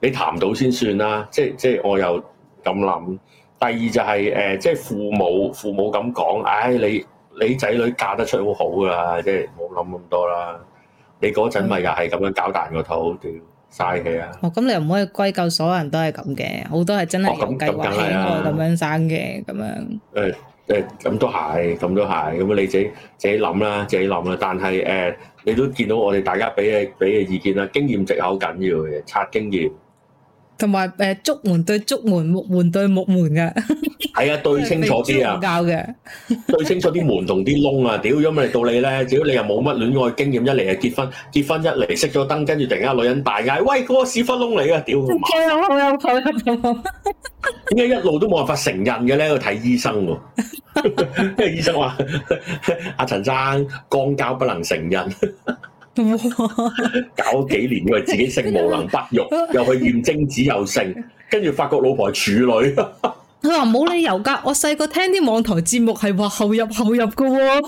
C: 你談到先算啦。即係即係我又咁諗。第二就係、誒、即係父母父母咁講，唉、你你仔女嫁得出好好㗎啦，即係冇諗咁多啦。你嗰陣咪又係咁樣搞彈個肚，屌嘥氣啊！
A: 哦，咁你又唔可以歸咎所有人都係咁嘅，好多係真係
C: 哦咁
A: 有計劃
C: 咁梗
A: 喜
C: 係
A: 愛
C: 啦
A: 咁樣生嘅，咁樣
C: 誒咁都係，咁都係，咁你自己自己諗啦，自己諗啦。但係誒、你都見到我哋大家俾嘅俾嘅意見啦，經驗值係好緊要嘅，刷經驗。
A: 同埋誒竹門對竹門，木門對木門嘅，
C: 係啊，對清楚啲啊，
A: 教 嘅，
C: 對清楚啲門同啲窿啊，屌，因為到你咧，屌你又冇乜戀愛經驗，一嚟就結婚，結婚一嚟熄咗燈，跟住突然間女人大嗌，喂，嗰、個屎忽窿嚟啊，屌佢媽！
A: 好有好有
C: 點解一路都冇辦法承認嘅咧？去睇醫生喎， 因為醫生話 阿陳生肛交不能承認。
A: 哇！
C: 搞咗幾年，以為自己性無能不育，又去驗精子又性，跟住發覺老婆係處女，
A: 佢話冇理由㗎，我細個聽啲網台節目係話後入後入嘅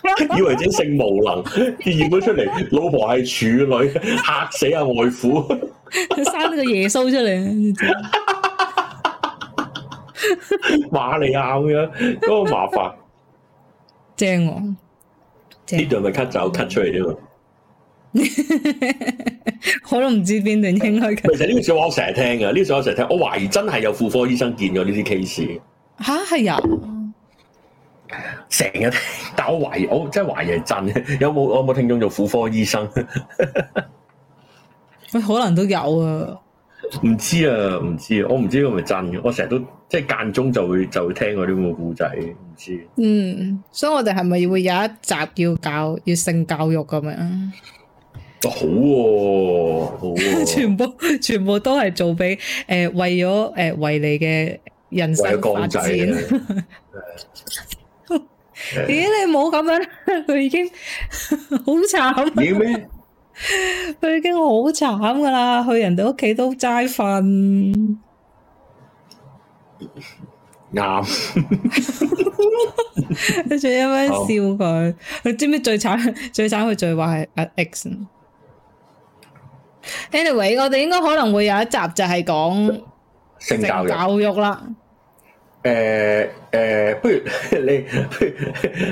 A: 喎、
C: 以為自己性無能，驗咗出嚟老婆係處女，嚇死阿外父。
A: 佢生咗個耶穌出嚟，
C: 瑪利亞咁樣，嗰個麻煩
A: 正喎、正
C: 呢段咪 cut 走 cut 出嚟啫嘛。
A: 我都唔知邊段應該嘅。
C: 其實呢個小話我成日聽嘅，呢、個小話我成日聽，我懷疑真係有婦科醫生見過呢啲 case，
A: 吓，係啊，
C: 成日聽，但我懷疑，我真係懷疑係真嘅。有冇我有冇聽眾做婦科醫生？
A: 喂，可能都有啊。
C: 唔知啊，唔知啊，我唔知佢咪真嘅。我成日都即係間中就會就會聽嗰啲咁嘅故仔，唔知
A: 嗯，所以我哋係咪會有一集要教要性教育咁樣？
C: 哦好喎、好喎、
A: 全部全部都係做俾诶、呃、为咗诶、呃、為你嘅人
C: 為
A: 生
C: 咗
A: 發
C: 光仔
A: 展。
C: 啊
A: 咦， 你冇咁樣，佢已經好慘，
C: 已經咩？
A: 佢已經好慘噶啦，去人哋屋企都齋瞓。
C: 啱，
A: 你仲有
C: 哦
A: 咩笑佢？你知唔知最慘？ 最慘佢最話係阿 X。Anyway，我哋應該可能會有一集就係講
C: 性
A: 性
C: 教育。
A: 教育啦。
C: 誒誒、不如 你不如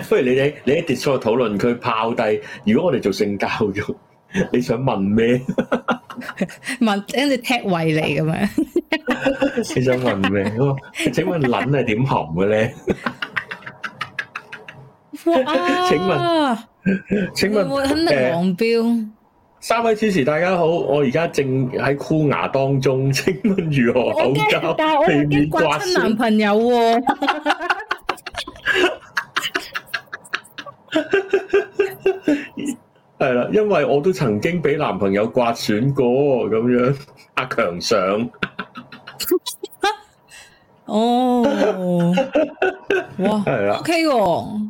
C: 不如你哋你喺 Discord 討論區拋低，如果我哋做性教育，你想問咩？
A: 問跟住踢維尼咁樣，
C: 你想問咩？ 我請問撚係點含嘅咧？
A: 哇！
C: 請問請
A: 會
C: 問
A: 唔會肯定
C: 誒
A: 黃標？
C: 三位主持大家好，我而家正喺箍牙當中， 請問如何
A: 我
C: 口
A: 驚，
C: 交
A: 但係我
C: 避
A: 已經
C: 免刮
A: 刮親男
C: 損？
A: 朋友喎。
C: 係啦，因為我都曾經俾男朋友刮損過，咁樣 阿強上，
A: 哦，哇
C: 係啦
A: ，OK 喎，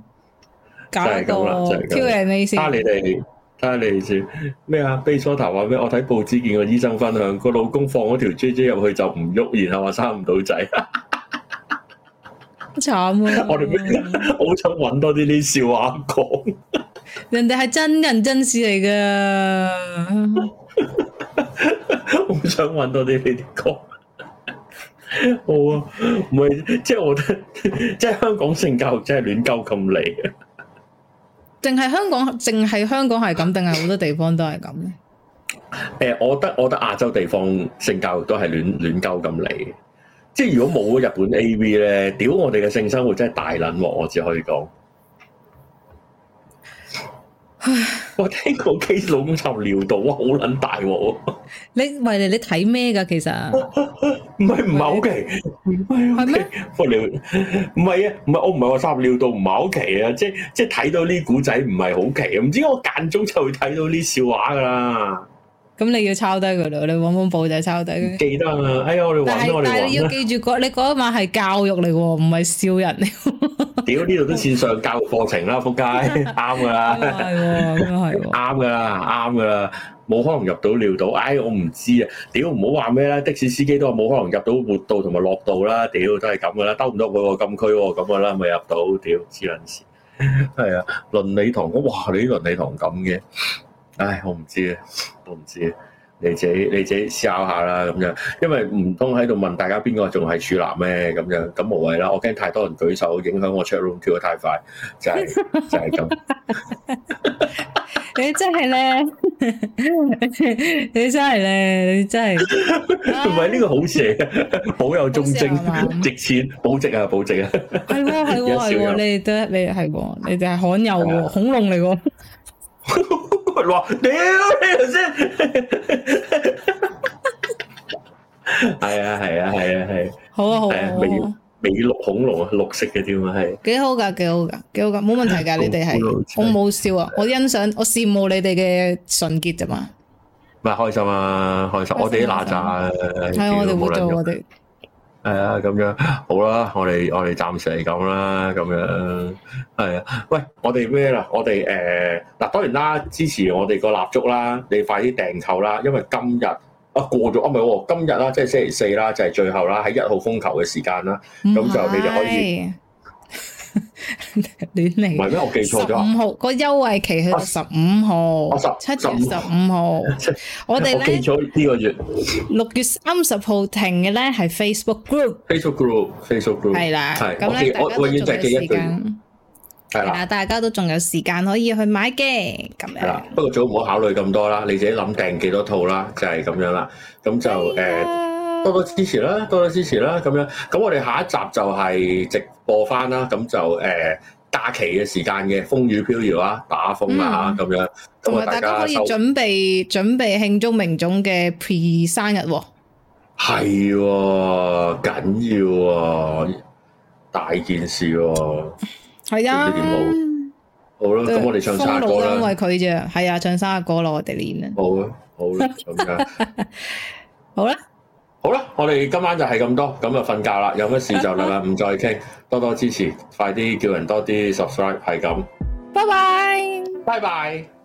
A: 搞
C: 就係咁啦
A: 到
C: 就係咁
A: Q&A
C: 睇
A: 先
C: 下。你哋。睇下你哋先咩啊？悲初頭話咩？我睇報紙見個醫生分享，個老公放咗條 J J 入去就唔喐，然後話生唔到仔。
A: 好慘啊！
C: 我哋咩我好想揾多啲呢啲笑話講。
A: 人哋係真人真事嚟噶，
C: 我好想揾多啲呢啲歌。 好啊，唔係即係我覺得， 即係香港性教育真係亂鳩咁嚟。
A: 淨係香港，淨係香港係咁，定係好多地方都係咁咧？
C: 誒、我覺得我覺得亞洲地方性教育都係亂亂鳩咁嚟。即係如果冇咗日本 A V 咧，屌我哋嘅性生活真係大撚喎！我只可以講。我聽過 case 老公就尿到，哇，好撚大鑊啊！
A: 你喂你你睇咩噶？ 其實
C: 唔係唔係好奇，唔
A: 係
C: 係
A: 咩
C: 咩？我聊唔係啊，唔係我唔係話三十料到唔係好奇啊，即即係睇到呢古仔唔係好奇啊，唔知我間中就會睇到呢笑話噶啦。
A: 咁你要抄低佢咯，你揾本簿仔抄低佢。
C: 記得啊！哎呀，我哋
A: 嗯但
C: 揾
A: 係
C: 我哋
A: 但係你
C: 揾
A: 要
C: 啦，
A: 記住嗰你嗰一晚係教育嚟喎，唔係笑人嚟喎。
C: 屌呢度都線上教育課程啦，仆 街，啱
A: 咁
C: 噶 啦，
A: 啊係喎，咁啊係喎。
C: 啱噶啦，啱噶啦，冇可能入到尿道，哎，我唔知啊，屌唔好話咩啦，的士司機都話冇可能入到活道同埋落道啦，屌都係咁噶啦，兜唔到佢個禁區喎，咁噶啦，咪入到，屌黐撚線，係啊，倫理堂，哇，你啲倫理堂咁嘅，唉，我唔知啊，我唔知啊。你自己你自己思考下啦，咁樣，因為唔通喺度問大家邊個仲係處男咩？咁樣咁無謂啦，我驚太多人舉手，影響我 chat room 跳得太快，就係、就係、咁。
A: 你真係咧， 你真係咧，你真係
C: 唔係呢個好 事嚟嘅，保佑忠
A: 好事係嘛
C: 貞，值錢，保值啊，保值啊！
A: 係喎係
C: 有
A: 喎
C: 少
A: 係
C: 有
A: 喎，你哋都你係喎，你哋係罕有
C: 係啊
A: 喎，恐龍嚟喎。
C: 哇，屌你頭先，係啊係啊係啊係，
A: 好啊好
C: 係
A: 啊
C: 啊
A: 好
C: 未
A: 啊，
C: 美綠恐龍啊，綠色嘅添啊，係
A: 幾好㗎幾好㗎幾好㗎，冇問題㗎，啊你哋係
C: 好
A: 我
C: 好
A: 冇笑啊，我欣賞我羨慕你哋嘅純潔啫嘛。
C: 咪開心啊開心，我哋啲哪吒啊，
A: 係我哋
C: 屌
A: 會
C: 冇撚
A: 做
C: 用
A: 我哋。
C: 系啊，咁樣好啦，我哋我哋暫時係咁啦，咁樣係啊。喂，我哋咩啦？我哋诶嗱，當然啦，支持我哋個蠟燭啦，你快啲訂購啦，因為今日啊過咗啊，唔係喎，今日啦，即係星期四啦，就係最後啦，喺一號風球嘅時間啦，
A: 唔
C: 咁就你就可以
A: 係 亂
C: 唔
A: 嚟。
C: 係咩？我記
A: 十
C: 錯咗啊，
A: 五號個優惠期去到十五號
C: 啊十，
A: 七月
C: 15
A: 十五號。我哋
C: 我記
A: 咧
C: 咗呢個月
A: 六月三十號停嘅咧係 Facebook group
C: Facebook group，Facebook group
A: 係啦，
C: 嗯係
A: 咁
C: 我記
A: 咧大
C: 我
A: 家都
C: 永遠就
A: 仲有
C: 係記一
A: 時
C: 句
A: 間，
C: 係
A: 係
C: 啦。
A: 啦，大家都仲有時間可以去買嘅咁
C: 係啦
A: 樣。，
C: 不過最好唔好考慮咁多啦，你自己諗訂幾多套啦，就係、咁樣啦。咁就誒。
A: 啊
C: 多多支持啦，多多支持啦，咁樣。咁我哋下一集就係直播翻啦，咁就誒、呃假期嘅時間嘅風雨飄搖啊，打風啊
A: 嗯
C: 咁、樣。
A: 同
C: 咁啊，
A: 埋
C: 大
A: 大家
C: 家
A: 可以
C: 收
A: 準備準備慶祝明總嘅 pre 生日喎，
C: 係喎，緊要喎、大件事喎、
A: 係啊
C: 唔知點好。好啦，咁我哋唱生
A: 封
C: 日
A: 路
C: 歌
A: 都因
C: 啦
A: 為。佢啫，係啊，唱生日歌咯，我哋練啦。
C: 好啦，好啦，咁樣。
A: 好啦，
C: 好啦，我哋今晚就係咁多，咁就瞓覺啦。有乜事就禮拜五再傾，多多支持，快啲叫人多啲 subscribe，係咁。
A: 拜拜。
C: 拜拜。